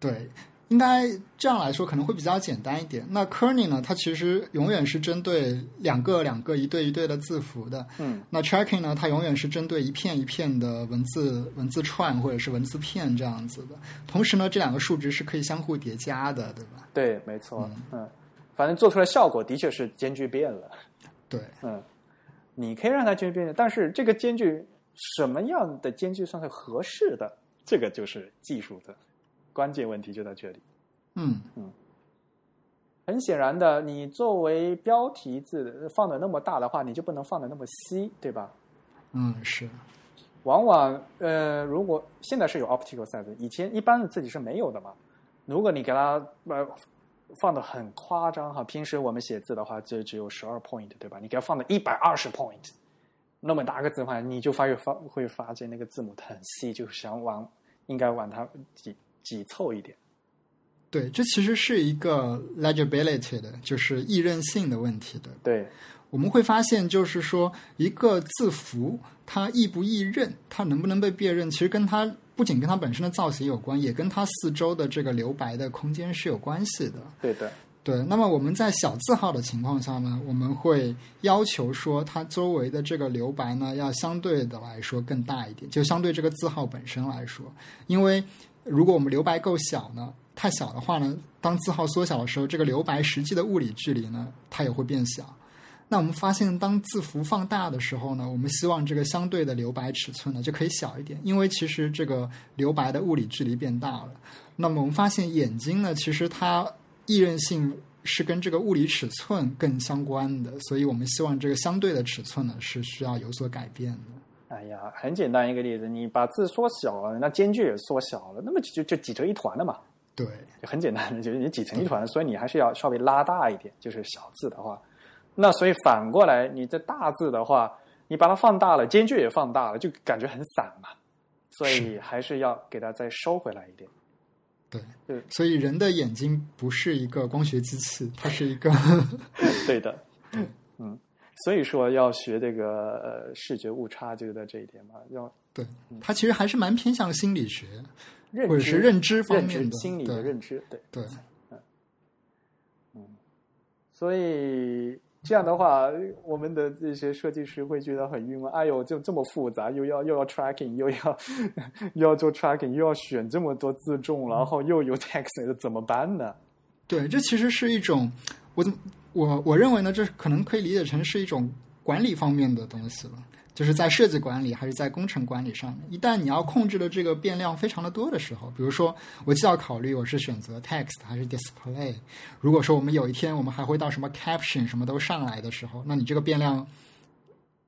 B: 对，应该这样来说可能会比较简单一点。那 Kerning 呢，它其实永远是针对两个两个一对一对的字符的。
A: 嗯，
B: 那 Tracking 呢，它永远是针对一片一片的文字文字串或者是文字片这样子的。同时呢，这两个数值是可以相互叠加的，对吧？
A: 对，没错，嗯，反正做出来效果的确是间距变了。
B: 对，
A: 嗯，你可以让它间距变小，但是这个间距什么样的间距算是合适的，这个就是技术的关键问题就在这里。
B: 嗯
A: 很显然的，你作为标题字放的那么大的话，你就不能放的那么稀，对吧？
B: 嗯，是，
A: 往往呃，如果现在是有 optical size，以前一般的字体是没有的嘛。如果你给它呃放的很夸张哈，平时我们写字的话就只有十二 point，对吧？你给它放到一百二十 point，那么大个字的话，你就发现发会发现那个字母很细，就想往应该往它挤挤凑一点。
B: 对，这其实是一个 legibility 的，就是易认性的问题的。
A: 对，
B: 我们会发现，就是说一个字符它易不易认，它能不能被辨认，其实跟它不仅跟它本身的造型有关，也跟它四周的这个留白的空间是有关系的。
A: 对的，
B: 对，那么我们在小字号的情况下呢，我们会要求说它周围的这个留白呢，要相对的来说更大一点，就相对这个字号本身来说，因为如果我们留白够小呢，太小的话呢，当字号缩小的时候，这个留白实际的物理距离呢，它也会变小。那我们发现，当字符放大的时候呢，我们希望这个相对的留白尺寸呢就可以小一点，因为其实这个留白的物理距离变大了。那么我们发现，眼睛呢，其实它易认性是跟这个物理尺寸更相关的，所以我们希望这个相对的尺寸呢是需要有所改变的。
A: 哎呀，很简单一个例子，你把字缩小了，那间距也缩小了，那么就就就挤成一团了嘛，
B: 对，
A: 就很简单的，就是你挤成一团，所以你还是要稍微拉大一点，就是小字的话。那所以反过来，你这大字的话，你把它放大了，间距也放大了，就感觉很散嘛，所以
B: 是
A: 还是要给它再收回来一
B: (laughs)
A: 点。
B: 对，
A: 对
B: 所以人的眼睛不是一个光学机器，它是一个
A: 对的，嗯，所以说要学这个呃视觉误差就在这一点嘛，要
B: 对， (laughs) 它其实还是蛮偏向心理学
A: 认
B: 或者
A: 知
B: 是认知方
A: 认
B: 面
A: 知
B: 的，
A: 心理的认知，对。
B: 对对
A: 所以这样的话，我们的这些设计师会觉得很郁闷。哎呦，就这么复杂，又要又要 tracking，又要 (laughs) 又要做 tracking，又要选这么多自重，然后又有 text，怎 (laughs) 么办呢？
B: 对，这其实是一种，我怎么我我认为呢，这可能可以理解成是一种管理方面的东西了，就是在设计管理还是在工程管理上面。一旦你要控制的这个变量非常的多的时候，比如说我既要考虑我是选择 text 还是 display，如果说我们有一天我们还会到什么 caption 什么都上来的时候，那你这个变量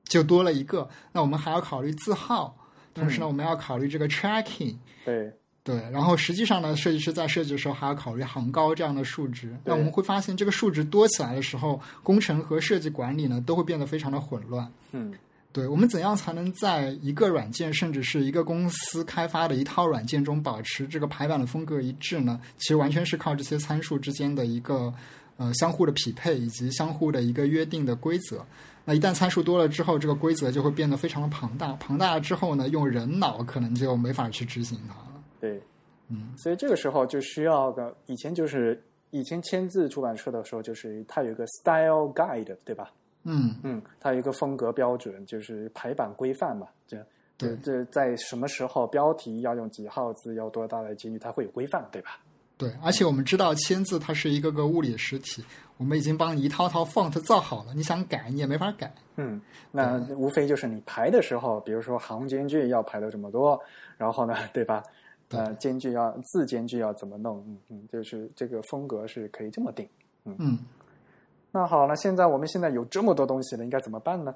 B: 就多了一个。那我们还要考虑字号，同时呢，我们要考虑这个 tracking。
A: 对
B: 对，然后实际上呢，设计师在设计的时候还要考虑行高这样的数值。那我们会发现，这个数值多起来的时候，工程和设计管理呢都会变得非常的混乱。
A: 嗯，
B: 对我们怎样才能在一个软件，甚至是一个公司开发的一套软件中保持这个排版的风格一致呢？其实完全是靠这些参数之间的一个呃相互的匹配，以及相互的一个约定的规则。那一旦参数多了之后，这个规则就会变得非常的庞大。庞大了之后呢，用人脑可能就没法去执行它了。
A: 对，
B: 嗯，
A: 所以这个时候就需要个以前就是以前签字出版社的时候，就是它有一个 style guide，对吧？
B: 嗯，
A: 嗯，它有一个风格标准，就是排版规范嘛，这这
B: 对
A: 这在什么时候标题要用几号字，要多大的间距，它会有规范，对吧？
B: 对，而且我们知道签字它是一个个物理实体，我们已经帮你一套套 font 造好了，你想改你也没法改。
A: 嗯，那无非就是你排的时候，比如说行间距要排到这么多，然后呢， (laughs) 对吧？呃，间距要字间距要怎么弄？嗯嗯，就是这个风格是可以这么定。
B: 嗯，
A: 那好了，现在我们现在有这么多东西了，应该怎么办呢？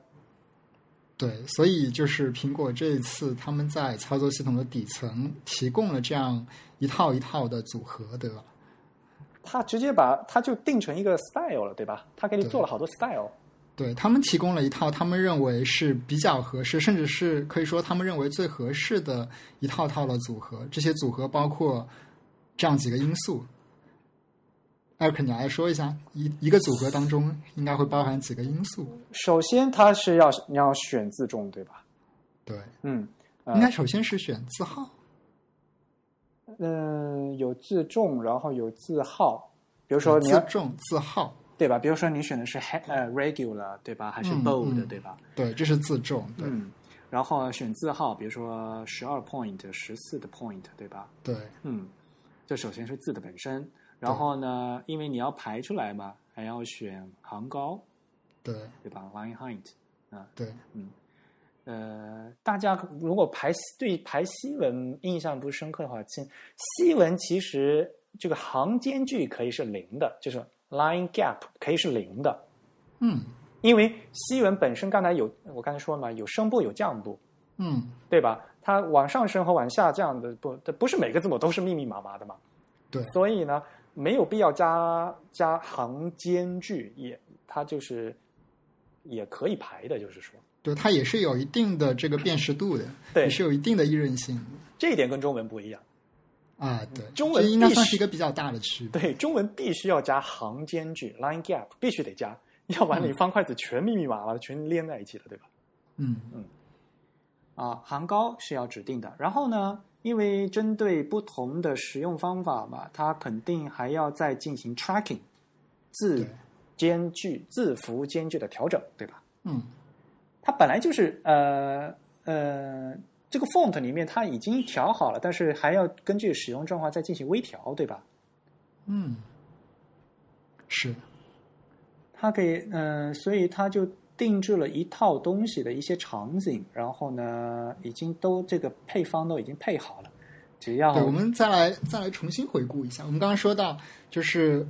B: 对，所以就是苹果这一次他们在操作系统的底层提供了这样一套一套的组合，对吧？
A: 他直接把它就定成一个 style 了，对吧？他给你
B: 对
A: 做了好多 style。
B: 对他们提供了一套他们认为是比较合适，甚至是可以说他们认为最合适的一套套的组合。这些组合包括这样几个因素。艾克，你来说一下，一一个组合当中应该会包含几个因素？
A: 首先，它是要你要选字重，对吧？
B: 对，
A: 嗯
B: 应该首先是选字号。
A: 嗯、有字重，然后有字号。比如说你要
B: 字重、字号，
A: 对吧？比如说你选的是 he- 呃 regular 对吧？还是
B: 嗯
A: bold、
B: 嗯
A: 对吧？
B: 对，这是字重，对、
A: 嗯，然后选字号，比如说十二 point、十四的 point，对吧？
B: 对，
A: 嗯，这首先是字的本身，然
B: 对
A: 后呢，因为你要排出来嘛，还要选行高，
B: 对，
A: 对吧？line height，啊，
B: 对，
A: 呃，大家如果排西对排西文印象不深刻的话，其西文其实这个行间距可以是零的，就是 line gap 可以是零的，
B: 嗯
A: 因为西文本身刚才有我刚才说了嘛，有升部有降部，
B: 嗯，
A: 对吧？它往上升和往下降的不，它不是每个字母都是密密麻麻的嘛。
B: 对
A: 所以呢，没有必要加加行间距，也它就是也可以排的，就是说，
B: 对，它也是有一定的这个辨识度的，
A: 对
B: 也是有一定的易认性的
A: 这一点跟中文不一样。
B: 啊。对，
A: 中文
B: 这应该
A: 必
B: 算
A: 须
B: 是一个比较大的区别。
A: 对，中文必须要加行间距 （line gap），必须得加，要不然你方块字全密密麻麻的，全连在一起了，对吧？
B: 嗯
A: 啊，行高是要指定的。然后呢，因为针对不同的使用方法嘛，它肯定还要再进行 tracking 字
B: 对
A: 间距、字符间距的调整，对吧？
B: 嗯
A: 它本来就是呃呃，这个 font 里面它已经调好了，但是还要根据使用状况再进行微调，对吧？
B: 嗯，是
A: 它给嗯、呃所以它就定制了一套东西的一些场景，然后呢，已经都这个配方都已经配好了，只要
B: 对，我们再来再来重新回顾一下，我们刚刚说到，就是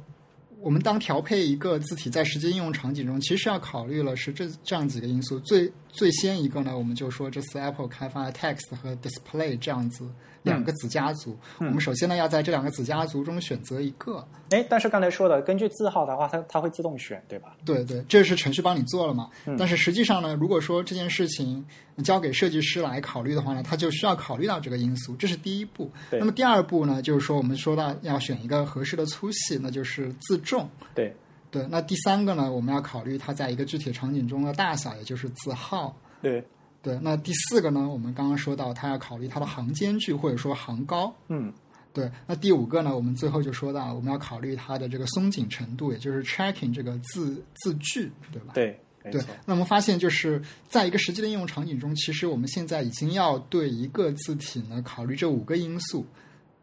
B: 我们当调配一个字体在实际应用场景中，其实要考虑了是这这样几个因素。最最先一个呢，我们就说这次 Apple 开发了 text 和 display 这样子两个子家族，
A: 嗯
B: 我们首先呢要在这两个子家族中选择一个。
A: 哎，但是刚才说的，根据字号的话，它它会自动选，对吧？
B: 对对，这是程序帮你做了嘛？
A: 嗯
B: 但是实际上呢，如果说这件事情交给设计师来考虑的话呢，他就需要考虑到这个因素，这是第一步。
A: 对
B: 那么第二步呢，就是说我们说到要选一个合适的粗细，那就是自重。
A: 对，
B: 对，那第三个呢，我们要考虑它在一个具体场景中的大小，也就是字号。
A: 对，
B: 对，那第四个呢，我们刚刚说到它要考虑它的行间距或者说行高。
A: 嗯，
B: 对，那第五个呢，我们最后就说到我们要考虑它的这个松紧程度，也就是 tracking 这个字字距，对吧？
A: 对，没
B: 对
A: 错，，
B: 那我们发现就是在一个实际的应用场景中，其实我们现在已经要对一个字体呢考虑这五个因素，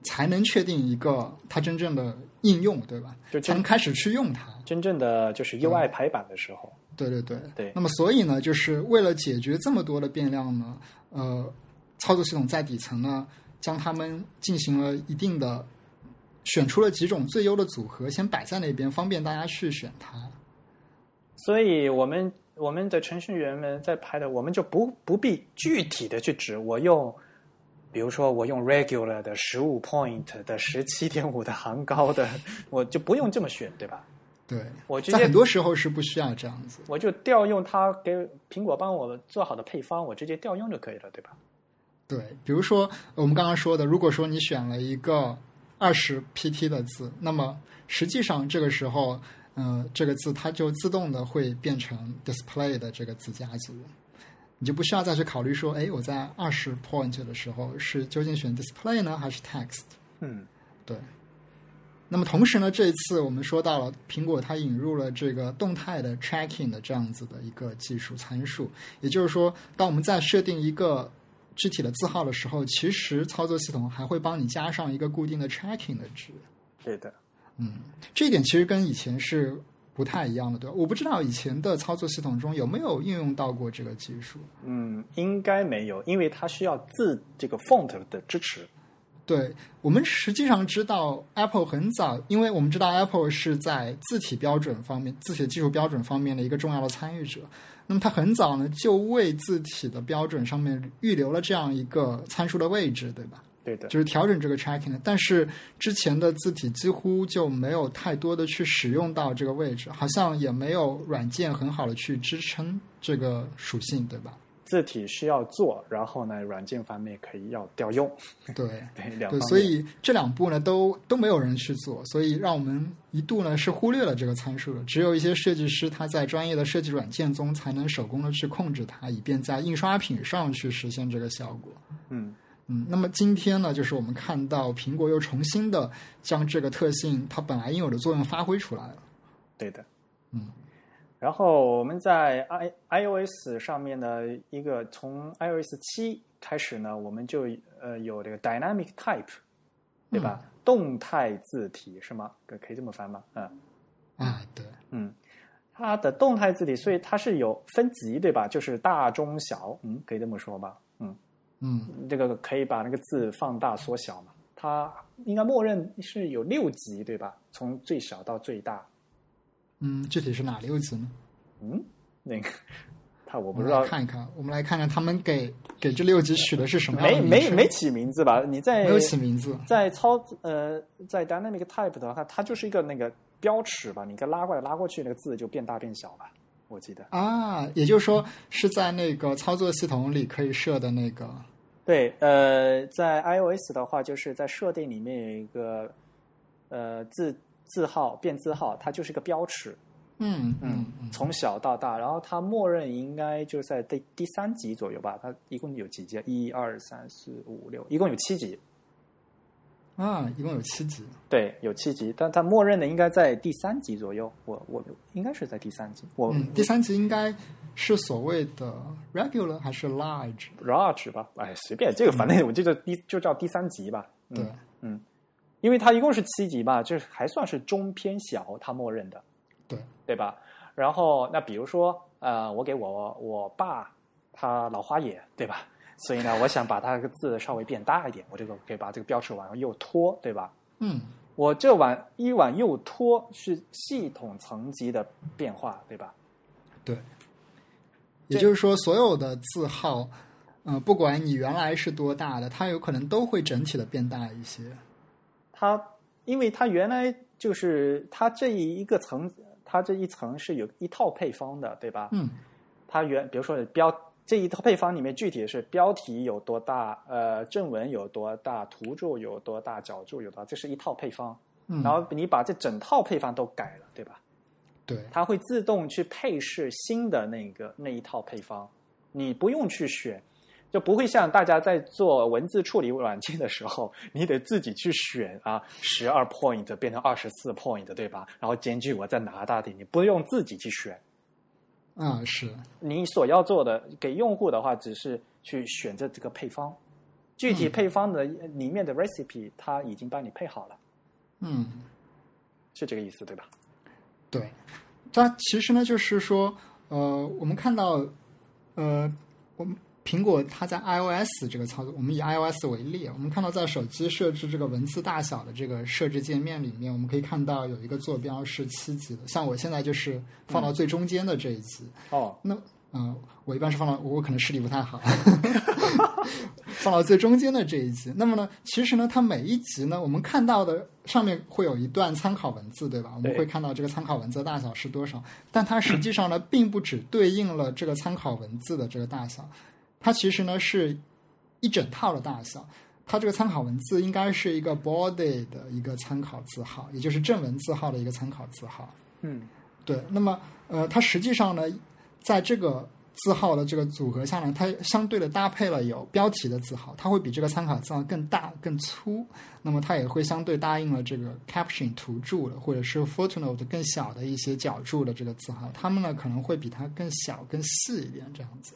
B: 才能确定一个它真正的应用，对吧？
A: 就
B: 才
A: 真
B: 能开始去用它。
A: 真正的就是
B: 嗯
A: UI 排版的时候，
B: 对对对。
A: 对
B: 那么所以呢，就是为了解决这么多的变量呢，呃，操作系统在底层呢将它们进行了一定的选出了几种最优的组合，先摆在那边，方便大家去选它。
A: 所以我们我们的程序员们在排的，我们就不不必具体的去指我用，比如说我用 regular 的十五 point 的十七点五的行高的，我就不用这么选，对吧？
B: 对，
A: 我直
B: 在
A: 接
B: 很多时候是不需要这样子。
A: 我就调用它给苹果帮我做好的配方，我直接调用就可以了，对吧？
B: 对，比如说呃我们刚刚说的，如果说你选了一个二十 pt 的字，那么实际上这个时候，呃，这个字它就自动的会变成 display 的这个子家族，你就不需要再去考虑说，哎，我在二十 point 的时候是究竟选 display 呢，还是 text？
A: 嗯，
B: 对。那么同时呢，这一次我们说到了苹果它引入了这个动态的 tracking 的这样子的一个技术参数，也就是说，当我们在设定一个具体的字号的时候，其实操作系统还会帮你加上一个固定的 tracking 的值。
A: 对的。
B: 嗯，这一点其实跟以前是不太一样的，对吧？我不知道以前的操作系统中有没有应用到过这个技术。
A: 嗯，应该没有，因为它需要字这个 font 的支持。
B: 对我们实际上知道 Apple 很早，因为我们知道 Apple 是在字体标准方面、字体技术标准方面的一个重要的参与者。那么它很早呢就为字体的标准上面预留了这样一个参数的位置，对吧？
A: 对的，
B: 就是调整这个 tracking 的。但是之前的字体几乎就没有太多的去使用到这个位置，好像也没有软件很好的去支撑这个属性，对吧？
A: 字体是要做，然后呢，软件方面可以要调用，
B: 对。
A: 对两方
B: 对，
A: 面。
B: 所以这两步呢都都没有人去做，所以让我们一度呢是忽略了这个参数的。只有一些设计师他在专业的设计软件中才能手工的去控制它，以便在印刷品上去实现这个效果。
A: 嗯，
B: 嗯，那么今天呢，就是我们看到苹果又重新的将这个特性它本来应有的作用发挥出来了。
A: 对的。
B: 嗯，
A: 然后我们在 i iOS 上面呢，一个从 iOS 七开始呢，我们就呃有这个 dynamic type，对吧？
B: 嗯
A: 动态字体是吗？可可以这么翻吗？嗯
B: 啊，对，
A: 嗯，它的动态字体，所以它是有分级，对吧？就是大、中、小，嗯，可以这么说吧？嗯。
B: 嗯，
A: 这个可以把那个字放大缩小嘛？它应该默认是有六级对吧？从最小到最大，
B: 嗯，具体是哪六级呢？
A: 嗯，那个，他我
B: 我
A: 不
B: 们
A: 知道
B: 来，看一看，我们来看看他们给给这六级取的是什么样
A: 没
B: 的名
A: 没
B: 称
A: 没起名字吧？你在
B: 没有起名字。
A: 在操呃在 dynamic type 的话，它就是一个那个标尺吧，你给拉过来拉过去，那个字就变大变小吧，我记得。
B: 啊，也就是说是在那个操作系统里可以设的那个
A: 对，呃，在 iOS 的话，就是在设定里面有一个呃字字号变字号，它就是一个标尺，
B: 嗯嗯嗯，
A: 从小到大。然后它默认应该就是在第第三级左右吧，它一共有几级？啊一二三四五六，一共有七级。
B: 啊，一共有七级。
A: 对，有七级，但它默认的应该在第三级左右。我我应该是在第三级，我
B: 嗯，第三级应该是所谓的 regular 还是 large？
A: large 吧，哎，随便这个，反
B: 嗯
A: 正我记得第就叫第三级吧。嗯
B: 对，，
A: 因为它一共是七级吧，就是还算是中偏小，它默认的，
B: 对
A: 对吧？然后那比如说，呃，我给我我爸他老花眼，对吧？所以呢，我想把他这个字稍微变大一点，我这个可以把这个标尺往右拖，对吧？
B: 嗯，
A: 我这往一往右拖是系统层级的变化，对吧？
B: 对。也就是说，所有的字号，嗯、不管你原来是多大的，它有可能都会整体的变大一些。
A: 它因为它原来就是它这一个层，它这一层是有一套配方的，对吧？
B: 嗯
A: 它原比如说标这一套配方里面具体是标题有多大，呃，正文有多大，图注有多大，脚注有多大，这是一套配方。
B: 嗯，
A: 然后你把这整套配方都改了，对吧？
B: 对，
A: 它会自动去配饰新的那个那一套配方，你不用去选，就不会像大家在做文字处理软件的时候，你得自己去选啊，十二 point 变成二十四 point，对吧？然后间距我再拿大点，你不用自己去选。
B: 啊、是，
A: 你所要做的给用户的话，只是去选择这个配方，具体
B: 嗯
A: 配方的里面的 recipe 它已经帮你配好了，
B: 嗯。
A: 是这个意思对吧？
B: 对，但其实呢，就是说，呃，我们看到，呃，我们苹果它在 iOS 这个操作，我们以 iOS 为例，啊我们看到在手机设置这个文字大小的这个设置界面里面，我们可以看到有一个坐标是七级的，像我现在就是放到最中间的这一级。
A: 哦，
B: 那嗯、呃我一般是放到我可能视力不太好， (laughs) 放到最中间的这一集。那么呢，其实呢，它每一集呢，我们看到的上面会有一段参考文字，对吧？我们
A: 对
B: 会看到这个参考文字的大小是多少，但它实际上呢，并不只对应了这个参考文字的这个大小，它其实呢是一整套的大小。它这个参考文字应该是一个 body 的一个参考字号，也就是正文字号的一个参考字号。
A: 嗯，
B: 对，那么呃，它实际上呢，在这个字号的这个组合下呢，它相对的搭配了有标题的字号，它会比这个参考字号更大更粗。那么它也会相对答应了这个 caption 图注的或者是 footnote 更小的一些脚注的这个字号，它们呢可能会比它更小更细一点这样子。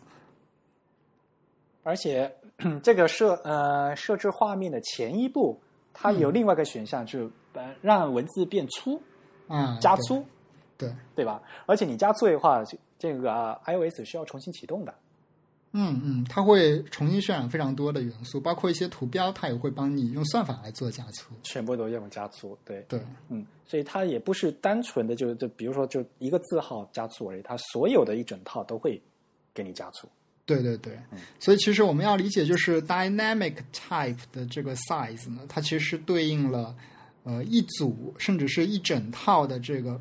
A: 而且 (clears throat) 这个设呃设置画面的前一步，它有另外一个选项，就是呃让文字变粗，
B: 啊，
A: 加
B: 对，
A: 粗，
B: 对，
A: 嗯对吧？而且你加粗的话，这这个、啊 iOS 是要重新启动的。
B: 嗯嗯，它会重新渲染非常多的元素，包括一些图标，它也会帮你用算法来做加粗。
A: 全部都用加粗，对，
B: 对，
A: 嗯，所以它也不是单纯的就就比如说就一个字号加粗而已，它所有的一整套都会给你加粗。
B: 对对对，所以其实我们要理解，就是 dynamic type 的这个 size 呢，它其实对应了呃一组甚至是一整套的这个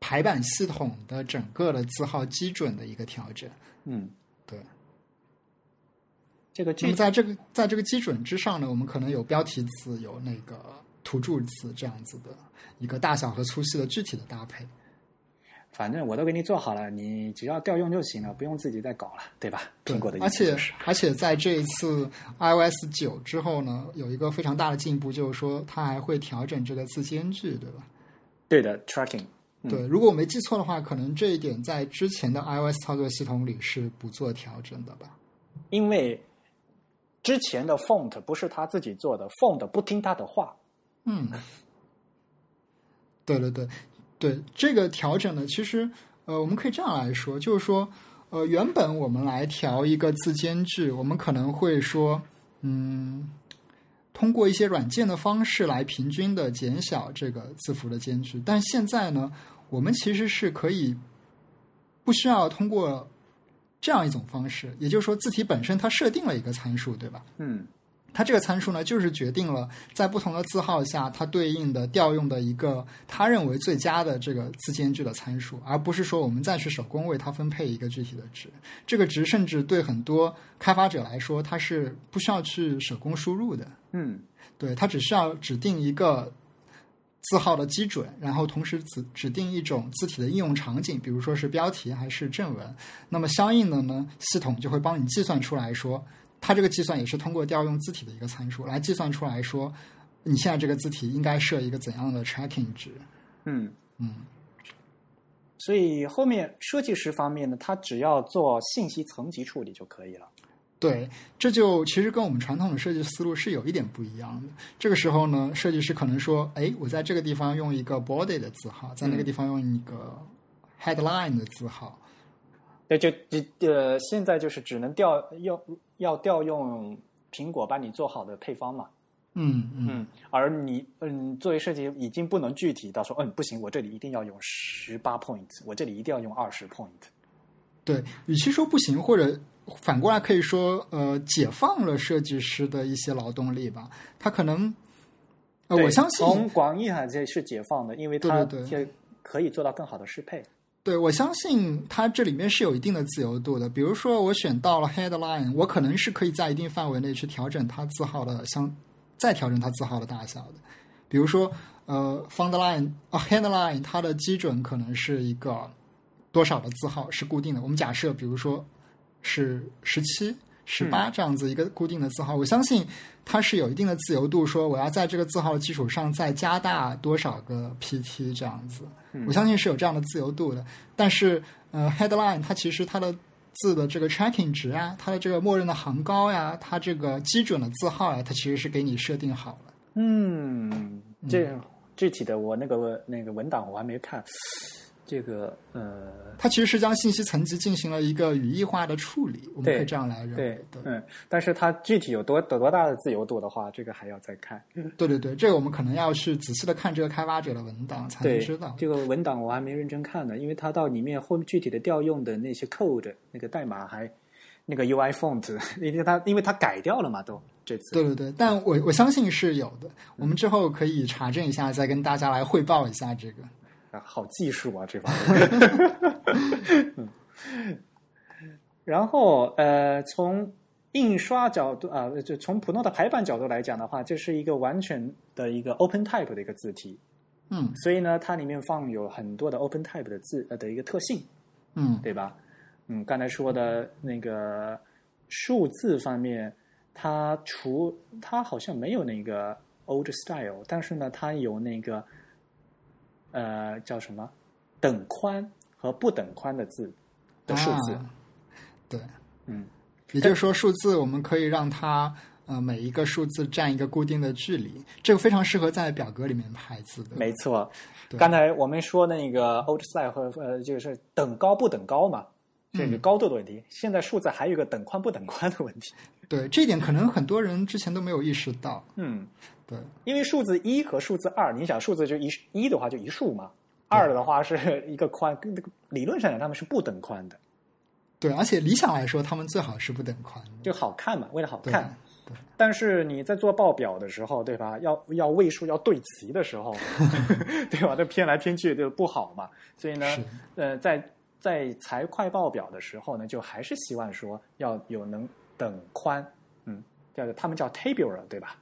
B: 排版系统的整个的字号基准的一个调整。
A: 嗯，
B: 对，
A: 这个
B: 那
A: 具
B: 么
A: 体
B: 在这个在这个基准之上呢，我们可能有标题字，有那个图注字这样子的一个大小和粗细的具体的搭配。
A: 反正我都给你做好了，你只要调用就行了，不用自己再搞了，对吧？
B: 对
A: 苹果的，
B: 而
A: 意思
B: 且
A: 就是
B: 而且在这一次 iOS 九之后呢，有一个非常大的进步，就是说它还会调整这个字间距，对吧？
A: 对的 tracking，嗯
B: 对，如果我没记错的话，可能这一点在之前的 iOS 操作系统里是不做调整的吧？
A: 因为之前的 font 不是他自己做的，font 不听他的话，
B: 嗯，对对对对，这个调整呢，其实呃，我们可以这样来说，就是说，呃，原本我们来调一个字间距，我们可能会说，嗯，通过一些软件的方式来平均的减小这个字符的间距，但现在呢，我们其实是可以不需要通过这样一种方式，也就是说，字体本身它设定了一个参数，对吧？
A: 嗯
B: 它这个参数呢，就是决定了在不同的字号下，它对应的调用的一个他认为最佳的这个字间距的参数，而不是说我们再去手工为它分配一个具体的值。这个值甚至对很多开发者来说，它是不需要去手工输入的，
A: 嗯
B: 对，它只需要指定一个字号的基准，然后同时指指定一种字体的应用场景，比如说是标题还是正文。那么相应的呢，系统就会帮你计算出来说，它这个计算也是通过调用字体的一个参数来计算出来说，你现在这个字体应该设一个怎样的 tracking 值。
A: 嗯。
B: 嗯，
A: 所以后面设计师方面呢，他只要做信息层级处理就可以了。
B: 对，这就其实跟我们传统的设计思路是有一点不一样的。这个时候呢，设计师可能说：“哎，我在这个地方用一个 body 的字号，在那个
A: 嗯
B: 地方用一个 headline 的字号。
A: 对，就就呃，现在就是只能调要要调用苹果帮你做好的配方嘛。
B: 嗯”嗯
A: 嗯，而你嗯，作为设计已经不能具体到说，嗯，不行，我这里一定要用十八 point，我这里一定要用二十 point。
B: 对。与其说不行，或者反过来可以说，呃，解放了设计师的一些劳动力吧。他可能，呃，
A: 对
B: 我相信
A: 从广义上这是解放的，因为它
B: 对对
A: 也可以做到更好的适配。
B: 对，我相信它这里面是有一定的自由度的。比如说，我选到了 headline，我可能是可以在一定范围内去调整它字号的相，再调整它字号的大小的。比如说，呃，font line 啊、headline，它的基准可能是一个多少的字号是固定的。我们假设，比如说是十七、十八这样子一个固定的字号，我相信它是有一定的自由度，说我要在这个字号的基础上再加大多少个 PT 这样子。
A: 嗯
B: 我相信是有这样的自由度的。但是呃，headline 它其实它的字的这个 tracking 值啊，它的这个默认的行高呀、它这个基准的字号呀、它其实是给你设定好了。
A: 嗯，这具体的我那个那个文档我还没看，这个呃，
B: 它其实是将信息层级进行了一个语义化的处理，我们
A: 对
B: 可以这样来认
A: 对
B: 为。对，
A: 嗯，但是它具体有多多多大的自由度的话，这个还要再看。
B: 对对对，这个我们可能要去仔细的看这个开发者的文档才能
A: 对
B: 知道。
A: 这个文档我还没认真看呢，因为它到里面后面具体的调用的那些 code 那个代码还那个 UI font，因为 (laughs) 它因为它改掉了嘛，都这次
B: 对对对，但我我相信是有的。我们之后可以查证一下，再跟大家来汇报一下这个。
A: 啊，好技术啊，这方面。嗯， (laughs) 然后呃，从印刷角度啊，就从普通的排版角度来讲的话，这是一个完全的一个 OpenType 的一个字体，
B: 嗯
A: 所以呢，它里面放有很多的 OpenType 的字呃的一个特性，
B: 嗯，
A: 对吧？嗯，刚才说的那个数字方面，它除它好像没有那个 old style，但是呢，它有那个呃叫什么等宽和不等宽的字的数字。
B: 啊对，
A: 嗯，
B: 也就是说，数字我们可以让它呃每一个数字占一个固定的距离，这个非常适合在表格里面排字的。
A: 没错。
B: 对
A: 刚才我们说那个 old style 和呃就是等高不等高嘛，这
B: 嗯
A: 个高度的问题。现在数字还有一个等宽不等宽的问题。
B: 对，这一点可能很多人之前都没有意识到。
A: 嗯。
B: 对，
A: 因为数字一和数字二，你想数字就一一的话就一竖嘛，二的话是一个宽，跟理论上讲它们是不等宽的，
B: 对，而且理想来说，他们最好是不等宽的。
A: 就好看嘛，为了好
B: 对，啊
A: 看。但是你在做报表的时候，对吧？要要位数要对齐的
B: (laughs)
A: 时候，对吧？这偏来偏去就不好嘛。所以呢
B: 是，
A: 呃，在在财会报表的时候呢，就还是希望说要有能等宽，嗯，叫他们叫 tabular 对吧？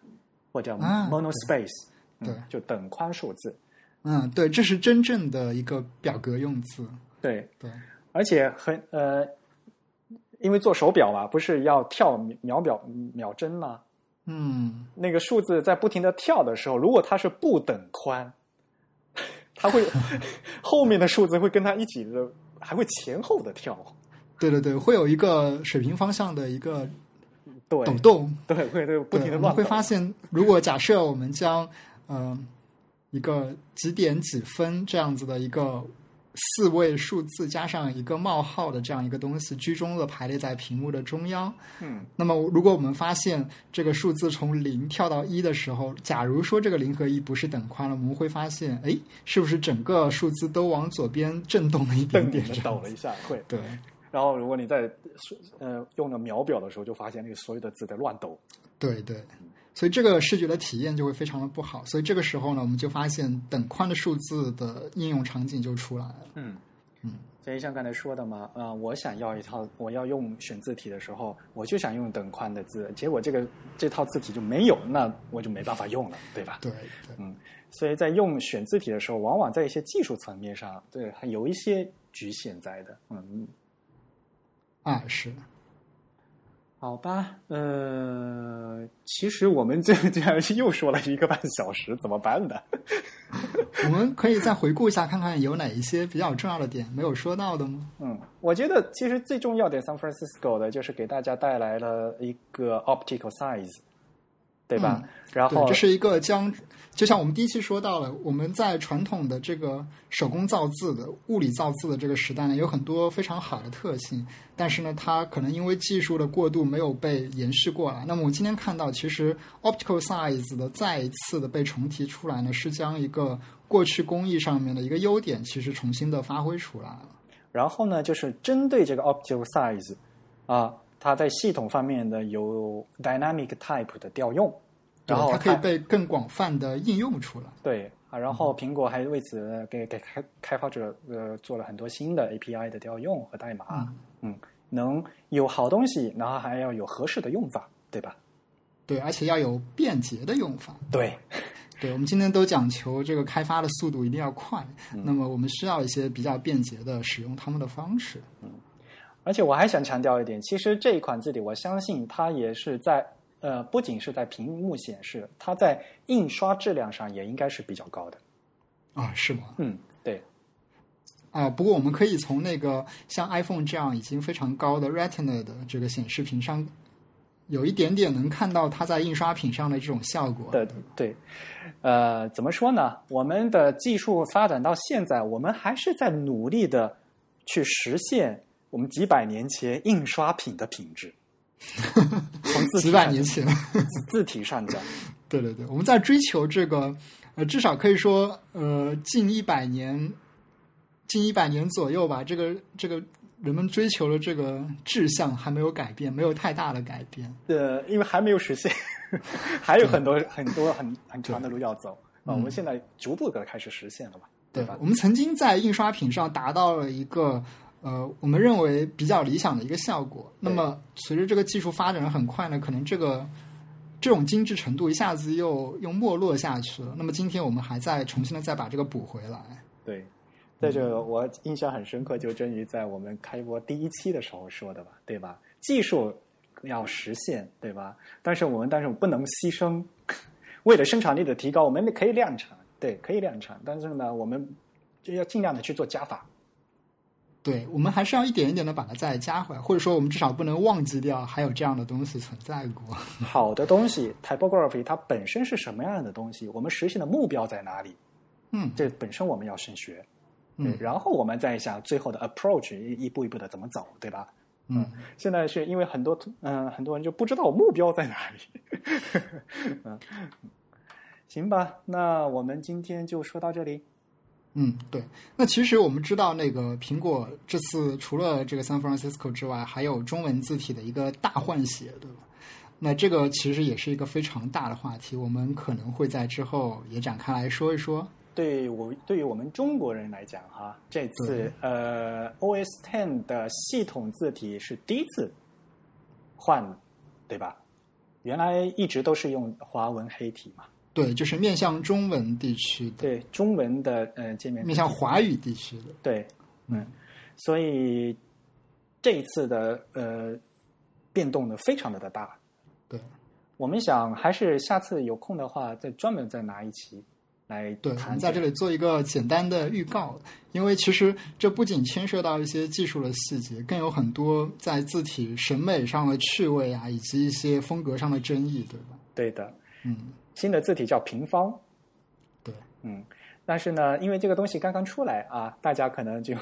A: 或者叫
B: 啊
A: monospace，、
B: 对
A: 嗯，就等宽数字。
B: 嗯，对，这是真正的一个表格用字。
A: 对，
B: 对，
A: 而且很呃，因为做手表嘛，不是要跳秒表秒针吗？
B: 嗯，
A: 那个数字在不停的跳的时候，如果它是不等宽，它
B: (laughs)
A: 会后面的数字会跟它一起的，还会前后的跳。
B: 对对对，会有一个水平方向的一个
A: 对
B: 抖动，
A: 对，会会不
B: 对
A: 停的
B: 我们
A: 乱
B: 会
A: 抖。
B: 发现，如果假设我们将嗯、呃一个几点几分这样子的一个四位数字加上一个冒号的这样一个东西，居中的排列在屏幕的中央。
A: 嗯，
B: 那么，如果我们发现这个数字从零跳到一的时候，假如说这个零和一不是等宽了，我们会发现，哎，是不是整个数字都往左边震动了一点
A: 瞪
B: 点
A: 眼
B: 这
A: 的
B: 样？
A: 抖了一下，会。
B: 对
A: 然后如果你在呃用了秒表的时候，就发现那个所有的字在乱抖。
B: 对对，所以这个视觉的体验就会非常的不好。所以这个时候呢，我们就发现等宽的数字的应用场景就出来了。
A: 嗯
B: 嗯，
A: 所以像刚才说的嘛，啊、我想要一套，我要用选字体的时候，我就想用等宽的字，结果这个这套字体就没有，那我就没办法用了，对吧？
B: 对对
A: 所以在用选字体的时候，往往在一些技术层面上，对，还有一些局限在的。嗯，
B: 啊，是
A: 好吧，呃，其实我们这这样又说了一个半小时，怎么办呢？
B: 我们可以再回顾一下，看看有哪一些比较重要的点没有说到的吗？
A: 嗯，我觉得其实最重要的 San Francisco 的就是给大家带来了一个 optical size，对吧？然
B: 嗯对，
A: 后
B: 这是一个将，就像我们第一期说到了，我们在传统的这个手工造字的、物理造字的这个时代呢，有很多非常好的特性，但是呢，它可能因为技术的过度没有被延续过来。那么我今天看到，其实 optical size 的再一次的被重提出来呢，是将一个过去工艺上面的一个优点，其实重新的发挥出来了。
A: 然后呢，就是针对这个 optical size，啊，它在系统方面的有 dynamic type 的调用，
B: 对
A: 然后
B: 它可以被嗯更广泛的应用出来。
A: 对啊，然后苹果还为此给给开开发者呃做了很多新的 API 的调用和代码，嗯，能有好东西，然后还要有合适的用法，对吧？
B: 对，而且要有便捷的用法。
A: 对，
B: 对，我们今天都讲求这个开发的速度一定要快，
A: 嗯
B: 那么我们需要一些比较便捷的使用它们的方式。
A: 而且我还想强调一点，其实这一款字体，我相信它也是在呃，不仅是在屏幕显示，它在印刷质量上也应该是比较高的。
B: 啊，是吗？
A: 嗯，对，
B: 啊，不过我们可以从那个像 iPhone 这样已经非常高的 Retina 的这个显示屏上，有一点点能看到它在印刷品上的这种效果。
A: 的对，呃，怎么说呢？我们的技术发展到现在，我们还是在努力的去实现我们几百年前印刷品的品
B: (laughs)
A: 质。从字体
B: 几百
A: 上
B: 年前，
A: 字体上讲，
B: 对对对，我们在追求这个，呃，至少可以说，呃，近一百年，近一百年左右吧，这个这个人们追求的这个志向还没有改变，没有太大的改变。
A: 呃，因为还没有实现， (laughs) 还有很多很多很很长的路要走啊、
B: 嗯
A: 我们现在逐步的开始实现了嘛，对吧？
B: 我们曾经在印刷品上达到了一个呃，我们认为比较理想的一个效果。那
A: 对
B: 么随着这个技术发展得很快呢，可能这个这种精致程度一下子又又没落下去了。那么今天我们还在重新的再把这个补回来。
A: 对，在这个我印象很深刻，就真于在我们开播第一期的时候说的吧，对吧？技术要实现，对吧？但是我们但是我们不能牺牲， (laughs) 为了生产力的提高，我们可以量产，对，可以量产，但是呢，我们就要尽量的去做加法。
B: 对，我们还是要一点一点的把它再加回来，或者说我们至少不能忘记掉还有这样的东西存在过。
A: 好的东西，typography 它本身是什么样的东西？我们实现的目标在哪里？
B: 嗯，
A: 这本身我们要先学，对
B: 嗯
A: 然后我们再想最后的 approach 一一步一步的怎么走，对吧？
B: 嗯，
A: 现在是因为很多嗯、很多人就不知道我目标在哪里。 (laughs) 嗯，行吧，那我们今天就说到这里。
B: 嗯，对。那其实我们知道，那个苹果这次除了这个 San Francisco 之外，还有中文字体的一个大换血，对吧？那这个其实也是一个非常大的话题，我们可能会在之后也展开来说一说。
A: 对我对于我们中国人来讲哈，这次呃 OS Ten 的系统字体是第一次换，对吧？原来一直都是用华文黑体嘛，
B: 对，就是面向中文地区的，
A: 对中文的呃界面
B: 面向华语地区的。
A: 对，嗯，所以这一次的呃变动的非常的大。
B: 对，
A: 我们想还是下次有空的话，再专门再拿一期来
B: 对，我
A: 谈
B: 们在这
A: 个
B: 里做一个简单的预告，因为其实这不仅牵涉到一些技术的细节，更有很多在字体审美上的趣味啊，以及一些风格上的争议，对吧？
A: 对的
B: 嗯，
A: 新的字体叫平方，
B: 对，
A: 嗯，但是呢，因为这个东西刚刚出来啊，大家可能就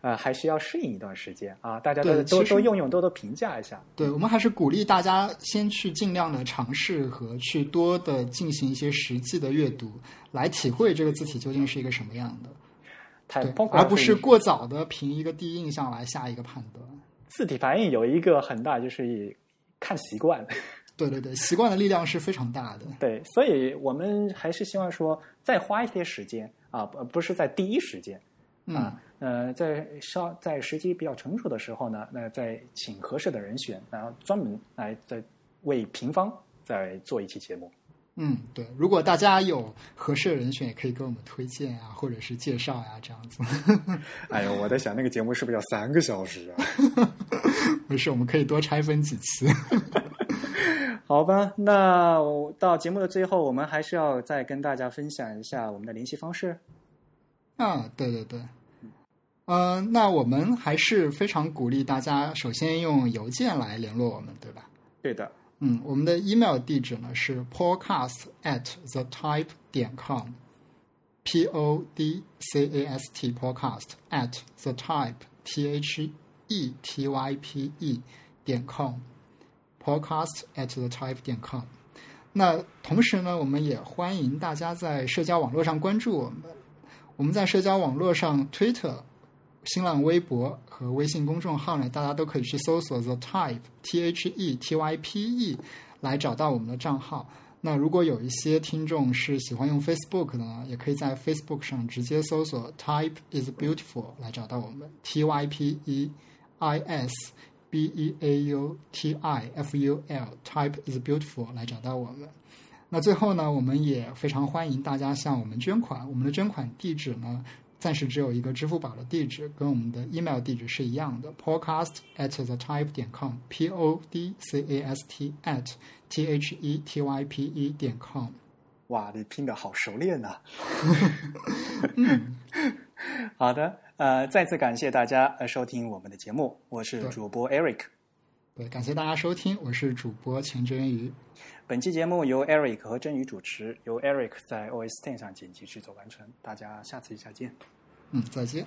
A: 呃还是要适应一段时间啊，大家都
B: 对
A: 都
B: 其实
A: 都用用，多多评价一下。
B: 对，我们还是鼓励大家先去尽量的尝试和去多的进行一些实际的阅读，来体会这个字体究竟是一个什么样的，
A: 太
B: 对
A: 哎包，括
B: 而不是
A: 自己
B: 过早的凭一个第一印象来下一个判断。
A: 字体反应有一个很大就是以看习惯，
B: 对对对，习惯的力量是非常大的。
A: 对，所以我们还是希望说再花一些时间啊，不不是在第一时间
B: 嗯
A: 啊，，呃，在稍在时机比较成熟的时候呢，那再请合适的人选，然后专门来再为平方再做一期节目。
B: 嗯，对，如果大家有合适的人选，也可以给我们推荐啊，或者是介绍呀、这样子。 (laughs)
A: 哎呦，我在想那个节目是不是要三个小时啊？
B: 没事，我们可以多拆分几 (laughs) 期。
A: (laughs) 好吧，那我到节目的最后，我们还是要再跟大家分享一下我们的联系方式。
B: 啊，对对对，呃，那我们还是非常鼓励大家，首先用邮件来联络我们，对吧？
A: 对的，
B: 嗯，我们的 email 地址呢是 podcast at the type 点 com，p o d c a s t podcast at the type t h e t y p e 点 com，podcast at the type 点 com。那同时呢，我们也欢迎大家在社交网络上关注我们。我们在社交网络上，Twitter、新浪微博和微信公众号呢，大家都可以去搜索 The Type T H E T Y P E 来找到我们的账号。那如果有一些听众是喜欢用 Facebook 的呢，也可以在 Facebook 上直接搜索 Type is Beautiful 来找到我们 T Y P E I S B E A U T I F U L Type is Beautiful 来找到我们。那最后呢，我们也非常欢迎大家向我们捐款。我们的捐款地址呢，暂时只有一个支付宝的地址，跟我们的 email 地址是一样的，podcast at the type 点 com，p o d c a s t at t h e t y p e 点 com。
A: 哇，你拼的好熟练呐、 (laughs) 好的，呃，再次感谢大家呃收听我们的节目，我是
B: 对
A: 主播 Eric。
B: 对，感谢大家收听，我是主播钱真瑜。
A: 本期节目由 Eric 和真宇主持，由 Eric 在 OS Ten 上剪辑制作完成。大家下次再见。
B: 嗯，再见。